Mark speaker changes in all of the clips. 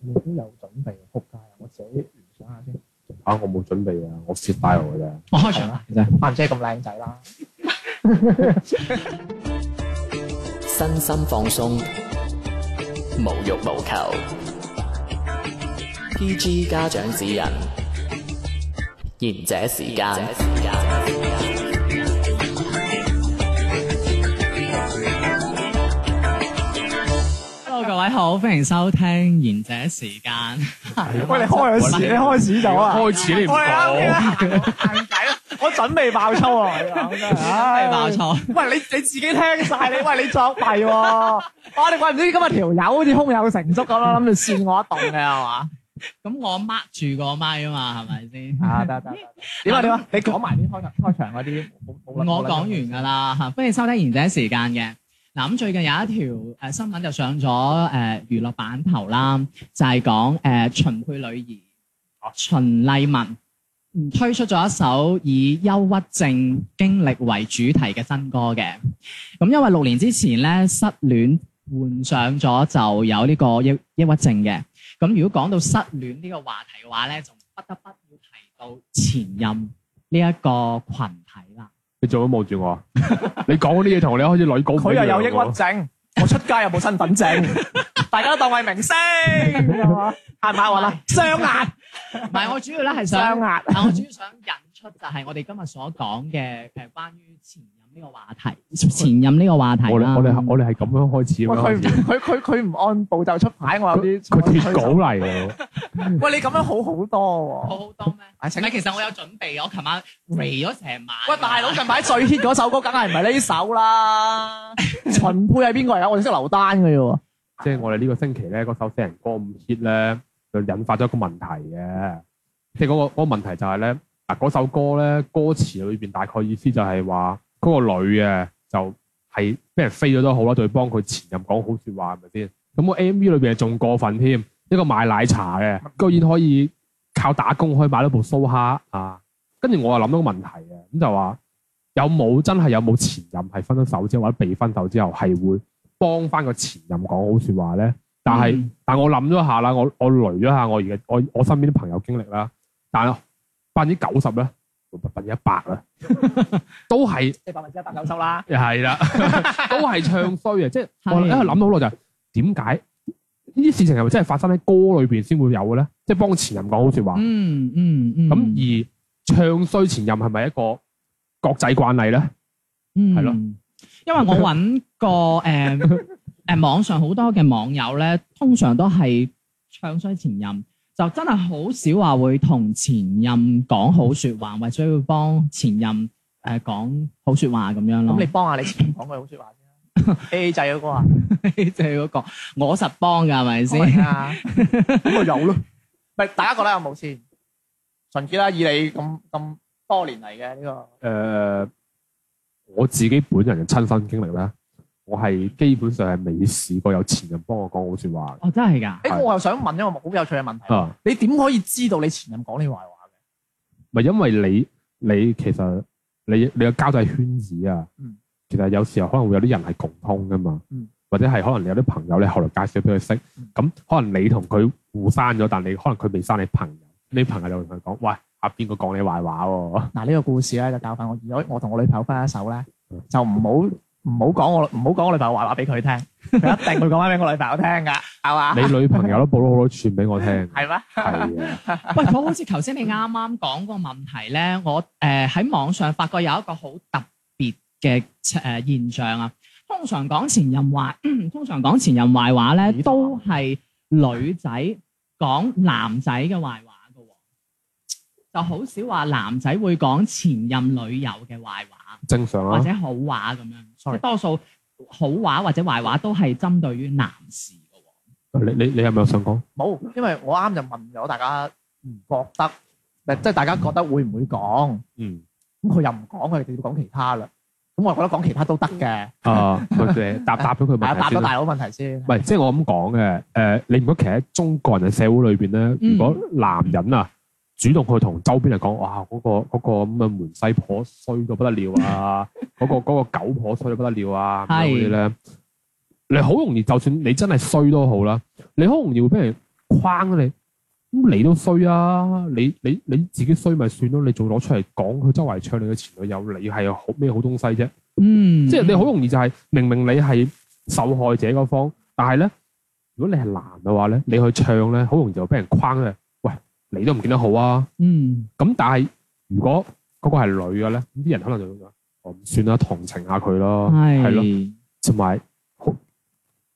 Speaker 1: 你都有準備，仆街啊！我自己聯想下先。
Speaker 2: 啊，我冇準備啊，我 fit 帶我嘅啫。
Speaker 3: 我開場
Speaker 1: 係
Speaker 3: 啦。
Speaker 1: 啦，其實啊阿唔知係咁靚仔啦。
Speaker 4: 身心放鬆，無欲無求。PG 家長指引，賢者時間。
Speaker 3: Hello，各位好，歡迎收聽賢者時間。
Speaker 1: 喂，你開咗始，你開始就啊！
Speaker 2: 開始你唔
Speaker 1: 我係啱
Speaker 2: 講，
Speaker 1: 嘅，硬仔啦！我準備爆粗啊！你講真係
Speaker 3: 係
Speaker 1: 唉
Speaker 3: 哎爆錯，
Speaker 1: 喂，你你自己聽晒，你喂你作弊喎！我哋怪唔知今日條友好似胸有成竹咁啦，諗住扇我一棟嘅係嘛？
Speaker 3: 咁我 mark 住個咪啊嘛，係咪先？
Speaker 1: 啊得得得，點啊點啊！你講埋啲開開場嗰啲，冇冇
Speaker 3: 我講完㗎啦，嚇歡迎收聽賢者時間嘅。嗱咁最近有一條誒、呃新聞就上咗誒、呃、娛樂版頭啦，就係講誒秦沛女兒秦麗文嗯推出咗一首以憂鬱症經歷為主題嘅新歌嘅。咁因為六年之前咧失戀患上咗就有呢個抑抑鬱症嘅。咁如果講到失戀呢個話題嘅話咧，就不得不要提到前任呢一個群體啦。
Speaker 2: 你做乜望住我啊？ 你講嗰啲嘢同你一開始女講唔
Speaker 1: 佢
Speaker 2: 一樣
Speaker 1: 又有
Speaker 2: 喎
Speaker 1: 抑鬱症，我出街又冇身份 證，大家都當我係明星，係嘛？係咪我啦？雙壓
Speaker 3: 唔 係，我主要咧
Speaker 1: 雙
Speaker 3: 係想，
Speaker 1: 壓，
Speaker 3: 但我主要想引出就係我哋今日所講嘅誒關於前任呢個話題， 前任呢個話題
Speaker 2: 我哋
Speaker 1: 啊
Speaker 3: 啦。
Speaker 2: 我哋我哋係咁樣開始
Speaker 1: 喂佢唔
Speaker 2: 嘅。
Speaker 1: 佢佢佢唔按步驟出牌，我有
Speaker 2: 佢
Speaker 1: 啲
Speaker 2: 佢脱稿嚟嘅，
Speaker 1: 喂，你咁樣好好多喎。
Speaker 3: 好好多咩？
Speaker 1: 啊
Speaker 3: 唔
Speaker 1: 請
Speaker 3: 係，其實我有準備，我琴晚 re 咗成晚。
Speaker 1: 喂，大佬近排最 hit 嗰首歌，梗係唔係呢首 啦？秦沛係邊個嚟啊？我哋識劉丹嘅啫喎。
Speaker 2: 即係我哋呢個星期咧，嗰首死人歌咁 hit 咧，就引發咗一個問題嘅。即係嗰個嗰個問題就係咧，嗱嗰首歌咧歌詞裏邊大概意思就係話嗰個女嘅就係俾人飛咗都好啦，就要幫佢前任講好説話係咪先？咁個 M V 裏邊係仲過分添，一個賣奶茶嘅居然可以靠打工可以買到部蘇蝦啊！跟住我又諗到個問題嘅，咁就話有冇真係有冇前任係分咗手之後或者被分手之後係會幫翻個前任講好説話咧？但係、
Speaker 3: 嗯
Speaker 2: 但我諗咗下啦，我我雷咗下我而家我我身邊啲朋友經歷啦，但係百分之九十咧，百分之一百啦，都係
Speaker 1: 即係百分之一百九十啦。
Speaker 2: 係啦，都係唱衰啊嘅。即係我
Speaker 3: 係
Speaker 2: 喺度諗到好耐，就係點解呢啲事情係咪真係發生喺歌裏邊先會有嘅咧？即係幫前任講好説話。
Speaker 3: 嗯嗯嗯，
Speaker 2: 咁而唱衰前任係咪一個國際慣例咧？
Speaker 3: 嗯
Speaker 2: 係咯，
Speaker 3: 因為我揾 過誒誒網上好多嘅網友咧，通常都係唱衰前任，就真係好少話會同前任講好説話，或者會幫前任誒講好説話咁樣咯
Speaker 1: 咁你。幫下你前面講句好説話 先。A 制嗰個啊，
Speaker 3: 你 就係嗰個我實幫㗎係咪
Speaker 1: 我明
Speaker 3: 先？
Speaker 1: 啊，咁咪有咯。咪大家覺得有冇先？純潔啦，以你咁咁多年嚟嘅呢個。
Speaker 2: 誒、呃我自己本人嘅親身經歷咧，我係基本上係未試過有前任幫我講好説話
Speaker 3: 哦，真係㗎，
Speaker 1: 誒，
Speaker 2: 係
Speaker 1: 我又想問一個好有趣嘅問
Speaker 2: 嘅
Speaker 1: 題，
Speaker 2: 啊！
Speaker 1: 你點可以知道你前任講你壞話嘅？
Speaker 2: 咪因為你你其實你你個交際圈子啊，
Speaker 1: 嗯
Speaker 2: 其實有時候可能會有啲人係共通噶嘛，
Speaker 1: 嗯
Speaker 2: 或者係可能你有啲朋友你後來介紹俾佢識，咁、
Speaker 1: 嗯
Speaker 2: 可能你同佢互刪咗，但你可能佢未刪你朋友，你朋友就會同佢講：喂，阿邊個講你壞話喎、
Speaker 1: 嗱，呢個故事咧就教訓我，如果我同我女朋友分手咧
Speaker 2: 嗯，
Speaker 1: 就唔好唔好講我唔好講我女朋友壞話俾佢聽，佢一定會講翻俾我女朋友聽噶，係嘛？
Speaker 2: 你女朋友都報咗好多串俾我聽，
Speaker 1: 啊 係咩？
Speaker 2: 係啊，
Speaker 3: 喂，我好似頭先你啱啱講個問題咧，我誒喺、網上發覺有一個好特別嘅誒、呃、現象啊。通常講前任壞， 通常講前任壞話
Speaker 2: 啊
Speaker 3: 咧，都係女仔講男仔嘅壞話嘅喎，就好少話男仔會講前任女友嘅壞話
Speaker 2: 正常
Speaker 3: 或
Speaker 2: 啊。
Speaker 3: 者好話咁樣。
Speaker 1: Sorry
Speaker 3: 多數好話或者壞話都係針對於男士嘅喎。
Speaker 2: 你你你係咪有想講？
Speaker 1: 冇，因為我啱就問咗大家，唔覺得，即係大家覺得會唔會講？
Speaker 2: 嗯。
Speaker 1: 咁佢又唔講，佢哋就要講其他啦。咁我覺得講其他都得嘅，
Speaker 2: 啊，佢哋答答咗佢
Speaker 1: 係啊
Speaker 2: 問題
Speaker 1: 答
Speaker 2: 先
Speaker 1: 咗
Speaker 2: 啦。
Speaker 1: 大佬問題 先
Speaker 2: 唔。係，即係我咁講嘅。誒、你唔覺得其實喺中國人嘅社會裏邊咧，如果男人啊主動去同周邊人講，哇，嗰、個嗰、個咁嘅門西婆衰到不得了啊，嗰、個嗰、個狗婆衰到不得了啊，咁樣嗰啲咧，你好容易就算你真係衰都好啦，你好容易會俾人框咗你，咁你都衰啊！你你你自己衰咪算咯，你仲攞出嚟講佢周圍唱你嘅前女友，你係好咩好東西啫？
Speaker 3: 嗯，
Speaker 2: 即係你好容易就係明明你係受害者嗰方，但係咧，如果你係男嘅話咧，你去唱咧，好容易就俾人框咧。喂，你都唔見得好啊！
Speaker 3: 嗯，
Speaker 2: 咁但係如果嗰個係女嘅咧，咁啲人可能就會話：我唔算啦，同情下佢咯，
Speaker 3: 嗯
Speaker 2: 係咯。
Speaker 3: 係，
Speaker 2: 同埋好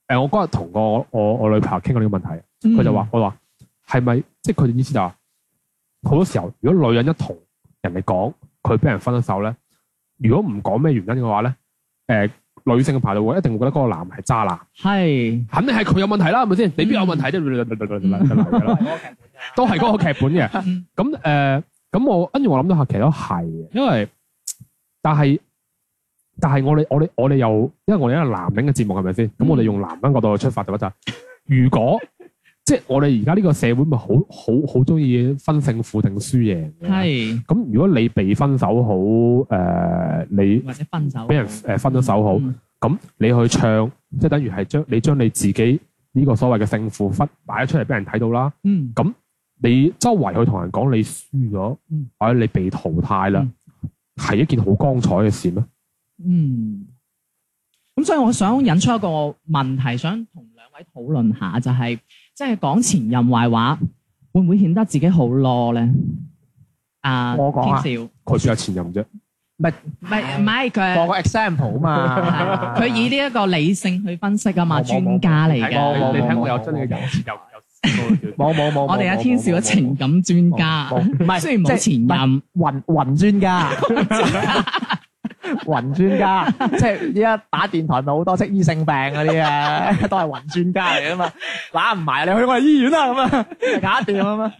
Speaker 2: 誒，我嗰日同個我我我女朋友傾過呢個問題，
Speaker 3: 嗯
Speaker 2: 佢就話：我話係咪即係佢嘅意思就話、好多時候，如果女人一同人哋講佢俾人分咗手咧，如果唔講咩原因嘅話咧，誒、女性嘅排隊會一定會覺得嗰個男係渣男，
Speaker 3: 係，
Speaker 2: 肯定係佢有問題啦，係咪先？你邊有問題啫？嗯都係嗰個劇本嘅。
Speaker 3: 嗯
Speaker 2: 咁誒，呃咁、我跟住我諗到下，其實都係嘅，因為但係但係我哋我哋我哋又，因為我哋一個男人嘅節目係咪先？咁、我哋用男人角度去出發就得如果即係我哋而家呢個社會咪好好好中意分勝負定輸贏嘅。
Speaker 3: 係，
Speaker 2: 咁如果你被分手好，誒、你
Speaker 3: 或者分手，
Speaker 2: 俾人
Speaker 1: 呃
Speaker 2: 誒分咗手好，
Speaker 3: 嗯，
Speaker 2: 咁、你去唱，即係等於係將你將你自己呢個所謂嘅勝負分擺咗出嚟俾人睇到啦。
Speaker 3: 嗯，
Speaker 2: 你周圍去同人講你輸咗
Speaker 3: 嗯，
Speaker 2: 或者你被淘汰啦
Speaker 3: 嗯，
Speaker 2: 係一件好光彩嘅事咩？
Speaker 3: 嗯，咁所以我想引出一個問題，想同兩位討論下，就係即係講前任壞話，會唔會顯得自己好囉咧？啊，
Speaker 1: 我講啊
Speaker 3: 天少，
Speaker 2: 佢算係前任啫，
Speaker 3: 唔係唔係
Speaker 1: 我
Speaker 3: 佢
Speaker 1: 個 example 啊嘛，
Speaker 3: 啊佢以呢一個理性去分析啊嘛，
Speaker 1: 冇冇
Speaker 3: 專家嚟
Speaker 1: 冇冇冇
Speaker 3: 嘅。
Speaker 2: 你你睇我有
Speaker 1: 冇
Speaker 2: 真嘅
Speaker 1: 冇
Speaker 2: 人設有有
Speaker 1: 冇冇冇，
Speaker 3: 我哋阿天少嘅情感專家，
Speaker 1: 唔係
Speaker 3: 雖然冇前任，
Speaker 1: 雲雲專 家，雲專家，即係依家打電台咪好多識醫性病嗰啲啊， 都係雲專家嚟啊嘛，打唔埋你去我哋醫院啦咁啊，搞掂啊嘛。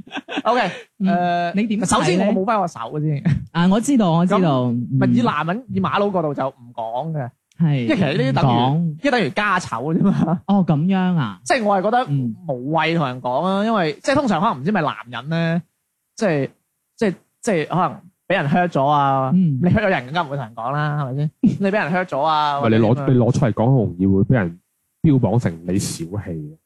Speaker 1: OK，誒，
Speaker 3: 嗯你點睇
Speaker 1: 首先我
Speaker 3: 呢
Speaker 1: 冇揮我手先，
Speaker 3: 啊，我知道我知道，
Speaker 1: 咪
Speaker 3: 嗯
Speaker 1: 以男人以馬佬角度就唔講嘅，
Speaker 3: 係，
Speaker 1: 即係其實呢啲等於
Speaker 3: 講
Speaker 1: 即係等於家醜啫嘛。
Speaker 3: 哦咁樣啊，
Speaker 1: 即係我係覺得
Speaker 3: 嗯
Speaker 1: 無謂同人講啊，因為即係通常可能唔知咪男人咧，即係即係即係可能俾人 hurt 咗啊，
Speaker 3: 嗯
Speaker 1: 你 hurt 咗人更加唔會同人講啦，係咪先？你俾人 hurt 咗啊，
Speaker 2: 唔係你
Speaker 1: 或者點啊
Speaker 2: 攞你攞出嚟講，好容易會俾人標榜成你小氣嘅。啊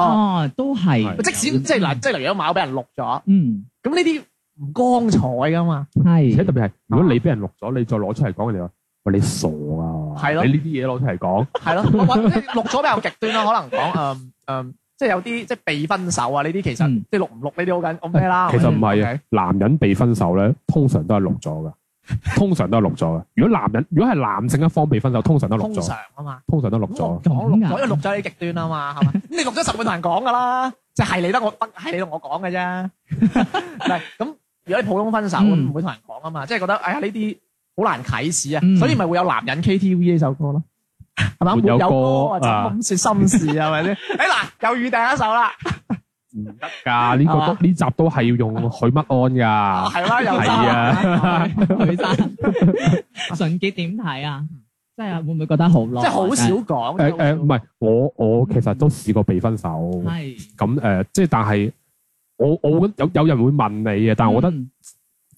Speaker 1: 哦，
Speaker 3: 哦都係
Speaker 2: 係，
Speaker 1: 即使即係嗱，，即係例如一馬俾人錄咗，
Speaker 3: 嗯
Speaker 1: 咁呢啲唔光彩噶嘛，
Speaker 2: 而且
Speaker 3: 係
Speaker 2: 特別係，如果你俾人錄咗，你再攞出嚟講，人哋話：喂，你傻啊！
Speaker 1: 係咯
Speaker 2: 你呢啲嘢攞出嚟講，
Speaker 1: 係咯， 我揾錄咗比較極端啦，可能 講誒誒，即係有啲即係被分手啊呢啲，其實
Speaker 3: 嗯
Speaker 1: 即係錄唔錄呢啲好緊咁咩啦，
Speaker 2: 其實唔係
Speaker 1: 係咪
Speaker 2: 啊，男人被分手咧，通常都係錄咗噶，通常都係錄咗噶。如果男人如果係男性一方被分手，通常都
Speaker 1: 先
Speaker 2: 錄
Speaker 1: 通
Speaker 2: 咗，
Speaker 1: 常啊嘛。
Speaker 2: 通常都錄
Speaker 1: 咁
Speaker 2: 咗
Speaker 1: 我。講錄咗，
Speaker 3: 咁
Speaker 1: 因
Speaker 3: 㗎
Speaker 1: 為錄咗你極端啊嘛，係 嘛？咁你錄咗十個同人講噶啦，即係你得我得，係你同我講嘅 啫。唔係咁，如果你普通分手
Speaker 3: 嗯
Speaker 1: 咁，唔會同人講啊嘛，即係覺得哎呀呢啲好難啟齒
Speaker 3: 嗯
Speaker 1: 啊，所以咪會有男人 KTV 呢首歌咯，係嘛？
Speaker 2: 沒
Speaker 1: 沒
Speaker 2: 有
Speaker 1: 有
Speaker 2: 歌
Speaker 1: 歌就
Speaker 2: 啊
Speaker 1: 咁説心事係咪先？ 哎嗱，又預訂一首啦，
Speaker 2: 唔得噶，
Speaker 1: 係
Speaker 2: 呢個都
Speaker 1: 嘛哦
Speaker 2: 呢集都係要用許乜安
Speaker 1: 係啦，又
Speaker 2: 噶，係 啊，
Speaker 3: 佢生 純潔點睇啊？即係會唔會覺得好咯？
Speaker 1: 即係好少講。
Speaker 2: 誒誒，唔係我我其實都試過被分手，
Speaker 3: 係
Speaker 2: 咁誒，即係但係我我會有有人會問你嘅，但係我覺得
Speaker 3: 嗯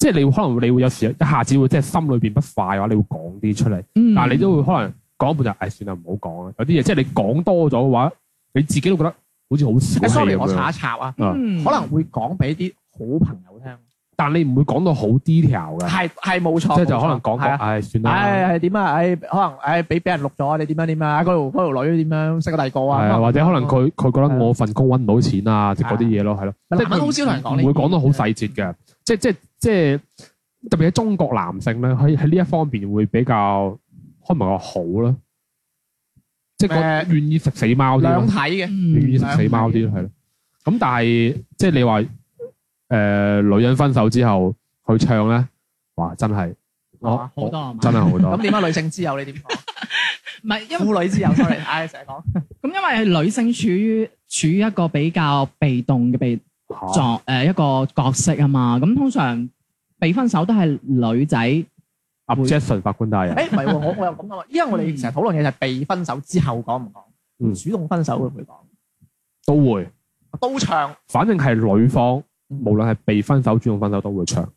Speaker 2: 即係你可能你會有時一下子會即係心裏邊不快嘅話，你會講啲出嚟，
Speaker 3: 嗯
Speaker 2: 但係你都會可能講一半就誒算啦，唔好講啦。有啲嘢即係你講多咗嘅話，你自己都覺得好似好
Speaker 1: 誒
Speaker 2: 小氣
Speaker 1: 哎，sorry，
Speaker 2: 咁
Speaker 1: 我
Speaker 2: 樣
Speaker 1: 查一查啊，
Speaker 3: 嗯
Speaker 1: 可能會講俾啲好朋友聽，
Speaker 2: 但你唔會講到好 detail 㗎，
Speaker 1: 係係冇錯，
Speaker 2: 嗯即係就可能講
Speaker 1: 係啊
Speaker 2: 講誒算啦。
Speaker 1: 唉，係點啊？唉，可能唉，俾俾人錄咗，你點樣點啊？嗰條嗰條女點樣識個第二個
Speaker 2: 係
Speaker 1: 啊？
Speaker 2: 啊，或者可能佢佢覺得我份工揾唔到錢啊，即係嗰啲嘢咯，係咯，
Speaker 1: 男
Speaker 2: 即係
Speaker 1: 人
Speaker 2: 佢
Speaker 1: 好少同人講呢啲
Speaker 2: 唔會講得好細節嘅，即係即係即係特別喺中國男性咧，喺喺呢一方面會比較可能話好啦，即係
Speaker 1: 誒
Speaker 2: 個願意食死貓啲
Speaker 1: 兩
Speaker 2: 咯，
Speaker 1: 睇嘅，
Speaker 2: 願意
Speaker 3: 嗯
Speaker 2: 食死貓啲咯，係咯。咁但係即係你話誒女人分手之後去唱咧，哇！真係我
Speaker 1: 哇
Speaker 3: 好多係嘛
Speaker 2: 真係好多
Speaker 1: 咁。點啊？女性之友你點講？
Speaker 3: 唔係因為
Speaker 1: 婦女之友，sorry，唉， 成日講
Speaker 3: 咁，因為女性處於處於一個比較被動嘅被
Speaker 2: 嚇
Speaker 3: 作誒一個角色啊嘛，咁通常被分手都係女仔
Speaker 2: Objection 法官大人，
Speaker 1: 誒唔係喎，我我又咁諗啊，因為我哋成日討論嘅就係被分手之後講唔
Speaker 2: 嗯
Speaker 1: 講，主動分手會唔會講？
Speaker 2: 都會。
Speaker 1: 都唱
Speaker 2: 反正係女方，
Speaker 1: 嗯
Speaker 2: 無論係被分手、主動分手都會唱。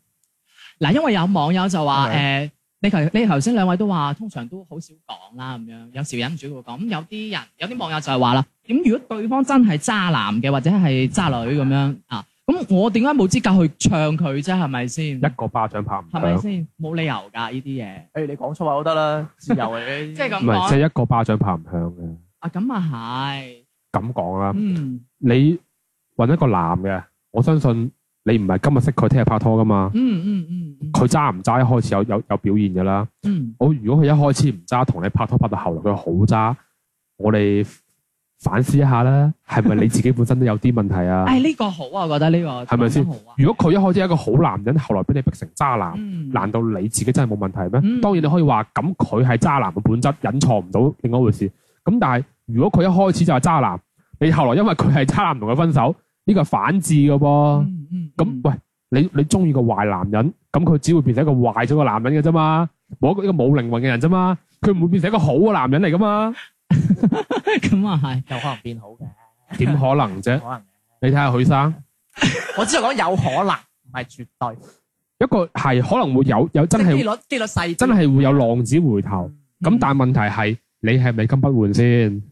Speaker 3: 嗱，因為有網友就話
Speaker 1: Okay
Speaker 3: 誒。你頭你頭先兩位都話，通常都好少講啦，咁樣有時忍唔住會講。咁有啲人有啲網友就係話啦，咁如果對方真係渣男嘅或者係渣女咁樣啊，咁我點解冇資格去唱佢啫？係咪先？
Speaker 2: 一個巴掌拍唔
Speaker 3: 係咪
Speaker 2: 響，
Speaker 3: 先？冇理由㗎呢啲嘢，
Speaker 1: 誒，你講粗口都得啦，自由嚟。
Speaker 3: 即係咁
Speaker 2: 唔係即
Speaker 3: 講
Speaker 2: 係一個巴掌拍唔響嘅。
Speaker 3: 啊，咁啊係，
Speaker 2: 咁講啦，
Speaker 3: 嗯
Speaker 2: 你揾一個男嘅，我相信你唔係今日識佢，聽日拍拖噶嘛。
Speaker 3: 嗯嗯嗯嗯
Speaker 2: 佢渣唔渣，一開始有有有表現噶啦。
Speaker 3: 嗯，
Speaker 2: 我如果佢一開始唔渣，同你拍拖拍到後來佢好渣，我哋反思一下啦，係咪你自己本身都有啲問題 啊？
Speaker 3: 誒呢個好啊，我覺得呢個
Speaker 2: 係咪先
Speaker 3: 講得好啊？
Speaker 2: 如果佢一開始係一個好男人，後來俾你逼成渣男，
Speaker 3: 嗯
Speaker 2: 難道你自己真係冇問題咩？
Speaker 3: 嗯
Speaker 2: 當然你可以話咁佢係渣男嘅本質，隱藏唔到另外一回事。咁但係如果佢一開始就係渣男，你後來因為佢係渣男同佢分手，呢個係反智嘅噃。
Speaker 3: 嗯嗯
Speaker 2: 咁、
Speaker 3: 嗯
Speaker 2: 喂，你你中意個壞男人，咁佢只會變成一個壞咗嘅男人嘅啫嘛，冇一個一個冇靈魂嘅人啫嘛，佢唔會變成一個好嘅男人嚟噶嘛？
Speaker 3: 咁啊係。
Speaker 1: 有可能變好嘅，
Speaker 2: 點可能啫？
Speaker 1: 可能。
Speaker 2: 你睇下許生，
Speaker 1: 我只係講有可能，唔係絕對。
Speaker 2: 一個係可能會有有真
Speaker 1: 即係機
Speaker 2: 係
Speaker 1: 率機率細啲，
Speaker 2: 真係會有浪子回頭。咁但係問題係你係咪金不換先？
Speaker 3: 嗯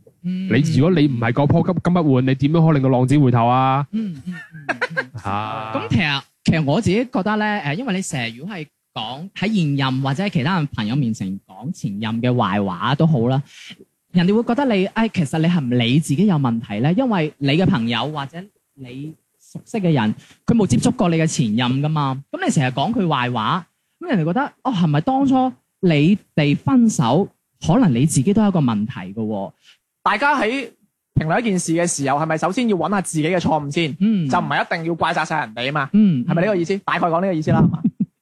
Speaker 2: 你如果你唔係個鋪金金不換，你點樣可令個浪子回頭啊？
Speaker 3: 嗯嗯嗯嗯嗯
Speaker 2: 嚇
Speaker 3: 咁其實其實我自己覺得咧，誒，因為你成日如果係講喺現任或者係其他人朋友面前講前任嘅壞話都好啦，人哋會覺得你，誒、哎其實你係唔你自己有問題咧，因為你嘅朋友或者你熟悉嘅人，佢冇接觸過你嘅前任噶嘛，咁你成日講佢壞話，咁人哋覺得，哦，係咪當初你哋分手，可能你自己都有一個問題嘅喎、
Speaker 1: 大家喺評論一件事嘅時候，係咪首先要揾下自己嘅錯誤先，
Speaker 3: 嗯，
Speaker 1: 就唔係一定要怪責晒人哋啊嘛？
Speaker 3: 嗯，
Speaker 1: 係咪呢個意思？大概講呢個意思啦，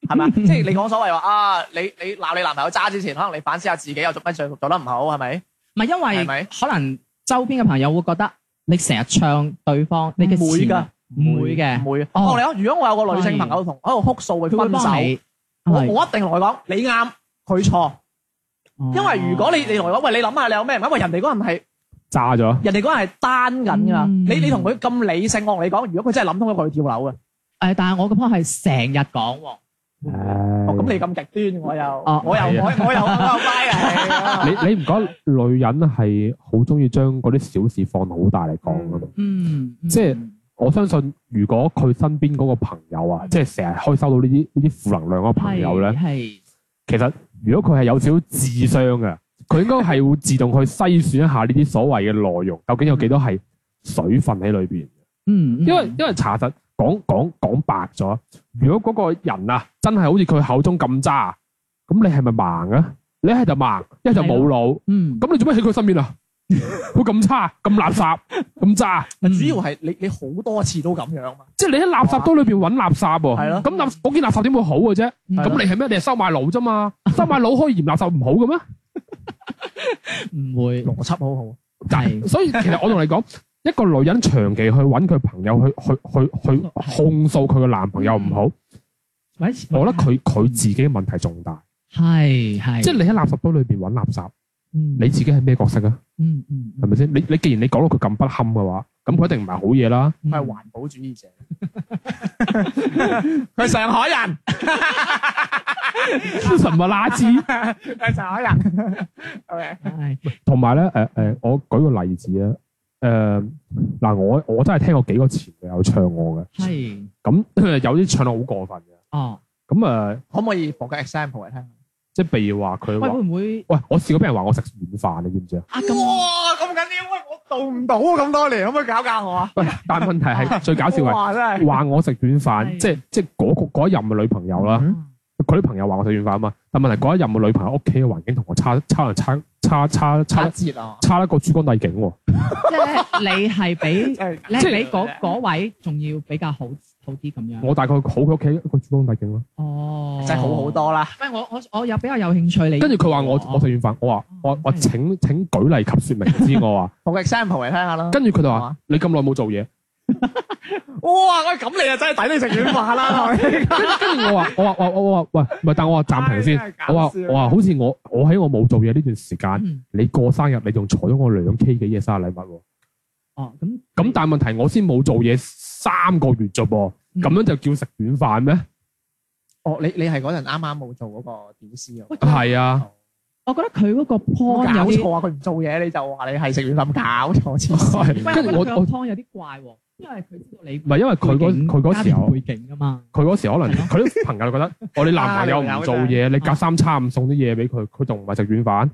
Speaker 1: 係嘛？係 咪啊？即係你講所謂話啊，你你鬧你男朋友渣之前，可能你反思下自己又做乜做做得唔好，係咪？
Speaker 3: 唔係因
Speaker 1: 係咪
Speaker 3: 為可能周邊嘅朋友會覺得你成日唱對方，你嘅
Speaker 1: 唔會
Speaker 3: 前
Speaker 1: 㗎
Speaker 3: 唔會嘅
Speaker 1: 唔會嘅。
Speaker 3: 哦
Speaker 1: 我同你講，如果我有個女性朋友同喺度哭訴佢
Speaker 3: 佢會
Speaker 1: 分
Speaker 3: 幫
Speaker 1: 手，
Speaker 3: 你。
Speaker 1: 我我一定同佢講你啱，佢錯。
Speaker 3: 我
Speaker 1: 因為如果你你同佢講，喂，你諗下你有咩唔啱？喂，人哋嗰人係
Speaker 2: 炸咗，
Speaker 1: 人哋嗰人係單緊㗎，
Speaker 3: 嗯
Speaker 1: 你你同佢咁理性，我同你講，如果佢真係諗通咗，佢啊會跳樓嘅。
Speaker 3: 誒，但係我嘅 point 係成日講喎，
Speaker 1: 哦，咁
Speaker 2: 咁
Speaker 1: 你咁極端，我又
Speaker 3: 嗯哦
Speaker 1: 我又
Speaker 2: 係
Speaker 1: 我我又我又 buy 啊！
Speaker 2: 你你唔覺得女人係好中意將嗰啲小事放好大嚟講㗎嘛？
Speaker 3: 嗯，嗯
Speaker 2: 即係我相信，如果佢身邊嗰個朋友啊，即係成日可以收到呢啲呢啲負能量嘅朋友咧，
Speaker 3: 係
Speaker 2: 其實如果佢係有少少智商嘅，佢應該係會自動去篩選一下呢啲所謂嘅內容，究竟有幾多係水分喺裏邊。
Speaker 3: 嗯，嗯
Speaker 2: 因為因為查實講講講白咗，如果嗰個人啊真係好似佢口中咁渣，啊咁你係咪盲啊？你一係就盲，一係就冇腦，
Speaker 3: 嗯，
Speaker 2: 咁你做咩喺佢身邊啊？ 佢咁差，咁垃圾，咁渣，
Speaker 1: 咪嗯主要係你你好多次都咁樣嘛，
Speaker 2: 即係你喺垃圾堆裏邊揾垃圾喎、
Speaker 1: 係咯
Speaker 2: 咁垃嗰件垃圾點會好嘅啫？
Speaker 3: 嗯
Speaker 2: 咁你係咩？你係收買佬啫嘛？收買佬可以嫌垃圾唔好嘅咩？
Speaker 3: 唔會
Speaker 1: 邏輯好啊好。
Speaker 3: 係
Speaker 2: 所以其實我同你講，一個女人長期去揾佢朋友去去去去控訴佢嘅男朋友唔好，
Speaker 3: 喂，
Speaker 2: 我覺得佢佢自己嘅問題重大。
Speaker 3: 係係，
Speaker 2: 即係你喺垃圾堆裏邊揾垃圾，
Speaker 3: 你
Speaker 2: 你自己係咩角色啊？
Speaker 3: 嗯嗯
Speaker 2: 係咪先？你你既然你講到佢咁不堪嘅話，咁佢一定唔係好嘢啦。
Speaker 3: 嗯
Speaker 1: 佢係環保主 義者，佢係上海人，
Speaker 2: 神咪垃圾。
Speaker 1: 佢係上海 人。OK，
Speaker 3: 係
Speaker 2: 同埋咧，誒、誒，我舉個例子啊，誒、嗱，我我真係聽過幾個前女友唱我嘅，
Speaker 3: 係
Speaker 2: 咁 有啲唱得好過分嘅，
Speaker 3: 哦，
Speaker 2: 咁誒、呃
Speaker 1: 可唔可以放個 example 嚟聽？
Speaker 2: 即係譬如話佢
Speaker 3: 喂
Speaker 2: 話
Speaker 3: 會，唔會
Speaker 2: 喂，我試過俾人話我食軟飯，你知唔 知啊？
Speaker 3: 啊咁？
Speaker 1: 咁緊要，喂，我做唔到啊！咁多年，可唔可以搞教我啊？
Speaker 2: 喂，但係問題係最搞笑係
Speaker 1: 哇，真係
Speaker 2: 話我食軟
Speaker 3: 係
Speaker 2: 飯，即係即係嗰個嗰一任嘅女朋友啦，
Speaker 1: 嗯
Speaker 2: 佢啲朋友話我食軟飯啊嘛，但問題嗰一任嘅女朋友屋企嘅環境同我差差差差差
Speaker 1: 打
Speaker 2: 差
Speaker 1: 折啊！
Speaker 2: 差得過珠江帝景喎，
Speaker 3: 即係 你係比
Speaker 1: 即係
Speaker 3: 你係比嗰
Speaker 1: 個
Speaker 3: 嗰位仲要比較好好啲咁樣。
Speaker 2: 我大概好佢屋企一個珠江帝景咯，
Speaker 3: 哦，
Speaker 1: 真係好好。多啦。
Speaker 3: 喂，我我我有比較有興趣你。
Speaker 2: 跟住佢話
Speaker 1: 哦
Speaker 2: 我我食軟飯，我話我
Speaker 1: 嗯
Speaker 2: 我請請舉例及説明 知我話。
Speaker 1: 放個 example 嚟聽下啦。
Speaker 2: 跟住佢就
Speaker 1: 係嘛
Speaker 2: 話：你咁耐冇做嘢，
Speaker 1: 哇！喂，咁你就真係抵你食軟飯 啦！
Speaker 2: 跟住我話：我話我我我話喂，唔係，但我話暫停
Speaker 1: 唉真
Speaker 2: 先
Speaker 1: 係哎搞。笑
Speaker 2: 我話我話好似我我喺我冇做嘢呢段時間，
Speaker 3: 嗯
Speaker 2: 你過生日你仲坐咗我兩 K 幾嘢生日禮物
Speaker 3: 哦，咁
Speaker 2: 喎，
Speaker 1: 嗯
Speaker 2: 咁但係問題我先冇做嘢三個月啫噃，
Speaker 3: 嗯
Speaker 2: 咁樣就叫食軟飯咩？
Speaker 1: 哦，你你係嗰陣啱啱冇做嗰個屌絲
Speaker 3: 喂
Speaker 1: 啊？
Speaker 2: 係啊，
Speaker 3: 我覺得佢嗰個
Speaker 1: 搞
Speaker 3: point 有啲
Speaker 1: 錯啊！佢唔做嘢你就話你係食軟冧，搞錯 黐 線。
Speaker 3: 喂
Speaker 2: 跟住我
Speaker 3: 我覺得佢
Speaker 2: 我
Speaker 3: 個 point 有啲怪喎，因為佢知道你
Speaker 2: 唔係因為佢嗰佢嗰時候
Speaker 3: 背。景噶嘛，
Speaker 2: 佢嗰時可能
Speaker 3: 係咯
Speaker 2: 佢啲朋友覺得，我哋男朋友唔
Speaker 3: 啊
Speaker 2: 做嘢，你隔三差五送啲嘢俾佢，佢仲唔係食軟飯？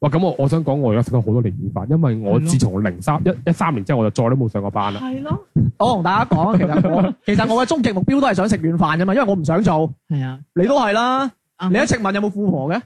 Speaker 2: 哇！咁我我想講，我而家食咗好多年軟飯，因為我
Speaker 3: 係咯
Speaker 2: 自從零三一一三年之後，我就再都冇上過班 啦。
Speaker 3: 係咯，
Speaker 1: 我同大家講，其實我其實我嘅終極目標都係想食軟飯啫嘛，因為我唔想做，
Speaker 3: 係啊。
Speaker 1: 你都係啦。
Speaker 3: 啊
Speaker 1: 你一直問有冇富婆嘅？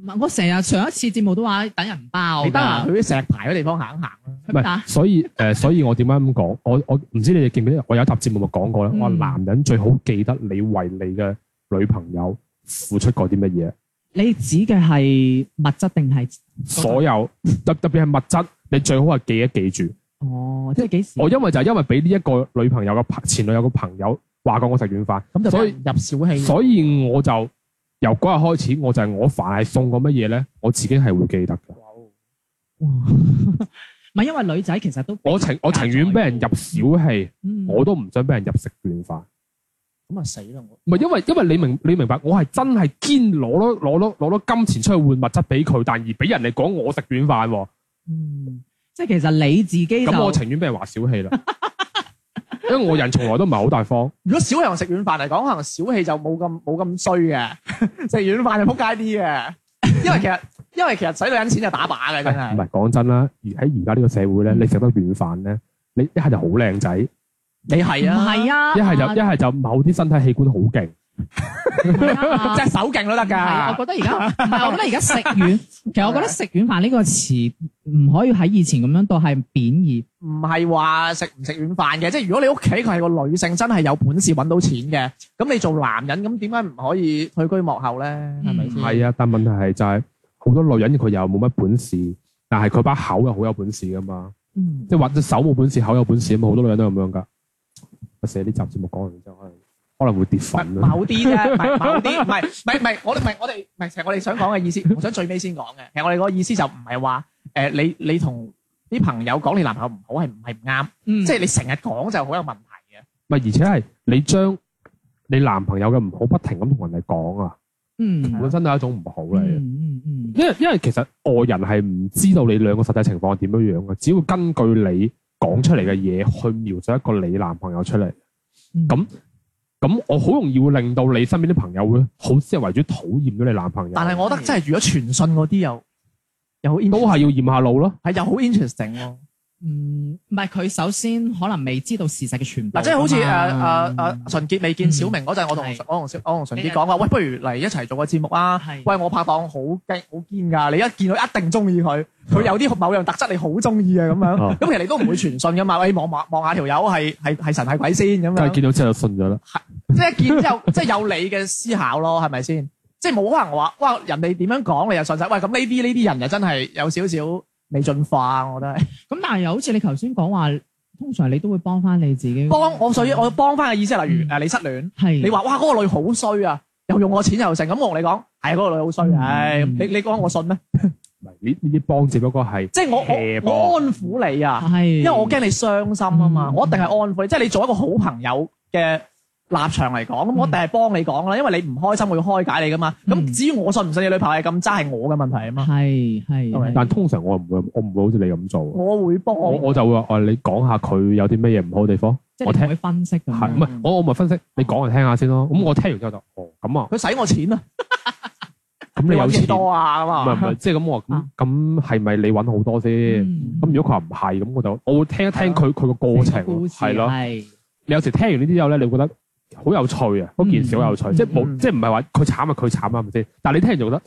Speaker 3: 唔係我成日上一次節目都話等人包㗎，
Speaker 1: 你得閒去啲石牌嘅地方行一行啦。
Speaker 2: 唔
Speaker 3: 佢打
Speaker 2: 係，所以誒、呃所以我點解咁講？我我唔知你哋記唔記得，我有一集節目咪講過咧，
Speaker 3: 嗯
Speaker 2: 我話男人最好記得你為你嘅女朋友付出過啲乜嘢，
Speaker 3: 你指嘅係物質定係
Speaker 2: 所有特特別係物質，你最好係記一記住。
Speaker 3: 哦？即係幾時？
Speaker 2: 我因為就係因為俾呢一個女朋友嘅朋前女友嘅朋友話過我食軟飯。
Speaker 1: 咁就
Speaker 2: 所以
Speaker 1: 入小氣。
Speaker 2: 所以我就由嗰日開始，我就係我凡係送過乜嘢咧，我自己係會記得嘅。
Speaker 3: 哇 唔係因為女仔其實都
Speaker 2: 我情我情願俾人入小氣，
Speaker 3: 嗯
Speaker 2: 我都唔想俾人入食軟飯。
Speaker 1: 咁啊死啦！我
Speaker 2: 唔係因為因為你明你明白，我係真係堅攞多攞多攞多金錢出去換物質俾佢，但而俾人哋講我食軟飯喎，
Speaker 3: 嗯，即係其實你自己就
Speaker 2: 咁我情願俾人話小 氣啦。因為我人從來都唔係好大方，
Speaker 1: 如果小氣同食軟飯嚟講，可能小氣就冇咁冇咁衰嘅， 食軟飯就撲街啲嘅。因為其 實因為其實使女人錢就打靶嘅，真
Speaker 2: 唔
Speaker 1: 係。嗯
Speaker 2: 係講真啦。而喺而家呢個社會咧，你食得軟飯咧，你一係就好靚仔，一
Speaker 1: 你係
Speaker 3: 唔
Speaker 1: 啊，
Speaker 3: 係啊，
Speaker 2: 係就一係就某啲身體器官好勁。
Speaker 3: 啊
Speaker 1: 隻手勁都得
Speaker 3: 係，啊
Speaker 1: 㗎。
Speaker 3: 我覺得而 家唔係，我覺得而家食
Speaker 1: 啊
Speaker 3: 軟，其實我覺得食軟飯呢個詞唔可以喺以前咁樣當係貶義。
Speaker 1: 唔係話食唔食軟飯嘅，即係如果你屋企佢係個女性，真係有本事揾到錢嘅，咁你做男人咁點解唔可以退居幕後咧？係咪先？
Speaker 2: 係啊，但問題係就係好多女人佢又冇乜本事，但係佢把口又好有本事噶嘛，
Speaker 3: 嗯，
Speaker 2: 即係或者手冇本事，口有本事咁嘛，好多女人都咁樣噶。我寫呢集節目講完之後，可能可能會跌
Speaker 1: 唔係
Speaker 2: 粉啊。
Speaker 1: 某啲啫，唔係某啲，唔係唔係唔係，我哋唔係我哋唔係，其實我哋想講嘅意思，我想最尾先講嘅。其實我哋個意思就唔係話誒，你你同啲朋友講你男朋友唔好係唔係唔啱，
Speaker 3: 即
Speaker 1: 即係你成日講就好有問題嘅。
Speaker 2: 唔係，而且係你將你男朋友嘅唔好不停咁同人哋講啊，
Speaker 3: 嗯
Speaker 2: 本身都係一種唔好嚟嘅。
Speaker 3: 嗯嗯
Speaker 2: 因為因為其實外人係唔知道你兩個實際情況係點樣樣嘅，只要根據你講出嚟嘅嘢去描述一個你男朋友出嚟。
Speaker 3: 嗯，
Speaker 2: 咁咁我好容易會令到你身邊啲朋友會好先係為主討厭咗你男朋友，
Speaker 1: 但係我覺得真係如果傳信嗰啲又又好 in
Speaker 2: 都係要驗下路咯。
Speaker 1: 係又好 interesting 喎。
Speaker 3: 嗯，唔係佢首先可能未知道事實嘅全部㗎嘛。
Speaker 1: 嗱，即係好似呃誒誒誒純潔未見小明嗰陣，我同
Speaker 3: 係
Speaker 1: 我同小我同純
Speaker 3: 你
Speaker 1: 潔
Speaker 3: 係
Speaker 1: 講話，喂，不如嚟一齊做個節目啊！
Speaker 3: 係
Speaker 1: 喂，我拍檔好勁好堅㗎，你一見佢一定中意佢，佢有啲某樣特質你好中意嘅咁樣，
Speaker 2: 哦
Speaker 1: 咁其實你都唔會傳信㗎嘛，喂，望望望下條友係係係神係鬼先咁
Speaker 2: 但係
Speaker 1: 樣，
Speaker 2: 見到之後就信咗啦。
Speaker 1: 即係一見之後， 即係有你嘅思考咯，係咪先？即係冇可能話，哇，人哋點樣講你又信晒，喂，咁呢啲呢啲人就真係有少少未進化，我覺得係。
Speaker 3: 咁，但係又好似你頭先講話，通常你都會幫翻你自己。
Speaker 1: 幫我所以我要幫翻嘅意思係，例如
Speaker 3: 嗯
Speaker 1: 誒你失戀。
Speaker 3: 係
Speaker 1: 你話哇嗰、個女好衰啊，又用我錢又剩，咁我同你講，係、嗰、個女好衰，
Speaker 3: 嗯
Speaker 1: 唉、你你講我信咩？
Speaker 2: 唔
Speaker 1: 嗯
Speaker 2: 係呢呢啲幫只不過係
Speaker 1: 即係我
Speaker 2: hea
Speaker 1: 我我安撫你啊，
Speaker 3: 係，
Speaker 1: 因為我驚你傷心啊嘛，
Speaker 3: 嗯
Speaker 1: 我一定係安撫你，即係你做一個好朋友嘅立場嚟講，
Speaker 2: 嗯
Speaker 1: 咁我一定係幫你講啦，因為你唔開心，我要開解你噶嘛。咁、
Speaker 3: 嗯
Speaker 1: 至於我信唔信你女朋友係咁渣，係我嘅問題啊嘛，
Speaker 3: 係係
Speaker 1: 係咪
Speaker 3: 係，
Speaker 2: 但通常我唔會，我唔會好似你咁做。
Speaker 1: 我會幫
Speaker 2: 我我就會話：哦，你講下佢有啲咩嘢唔好嘅地方，
Speaker 3: 即
Speaker 2: 我
Speaker 3: 係你
Speaker 2: 聽
Speaker 3: 唔會分析
Speaker 1: 嗯
Speaker 3: 咁
Speaker 2: 係
Speaker 3: 樣。
Speaker 2: 唔係？我我咪分析，你講嚟聽下先咯。咁我聽完之後就哦咁啊，
Speaker 1: 佢使我錢啊，
Speaker 2: 咁
Speaker 1: 你
Speaker 2: 你有
Speaker 1: 揾幾
Speaker 2: 錢唔
Speaker 1: 多啊咁
Speaker 2: 係唔
Speaker 1: 啊？
Speaker 2: 係？即係咁我話
Speaker 3: 啊
Speaker 2: 咁咁係咪你揾好多先？
Speaker 3: 嗯
Speaker 2: 咁如果佢話唔係，咁我就我會聽一聽佢佢個過
Speaker 3: 成
Speaker 2: 程
Speaker 3: 個故
Speaker 2: 咯
Speaker 3: 事啊
Speaker 2: 係咯。
Speaker 3: 係
Speaker 2: 你有時聽完呢啲之後咧，你會覺得好有趣啊！嗰件事好有趣，
Speaker 3: 嗯
Speaker 2: 即係
Speaker 1: 嗯
Speaker 2: 冇，即係唔係話佢慘啊，佢慘啊，係咪先？但係你聽完就覺得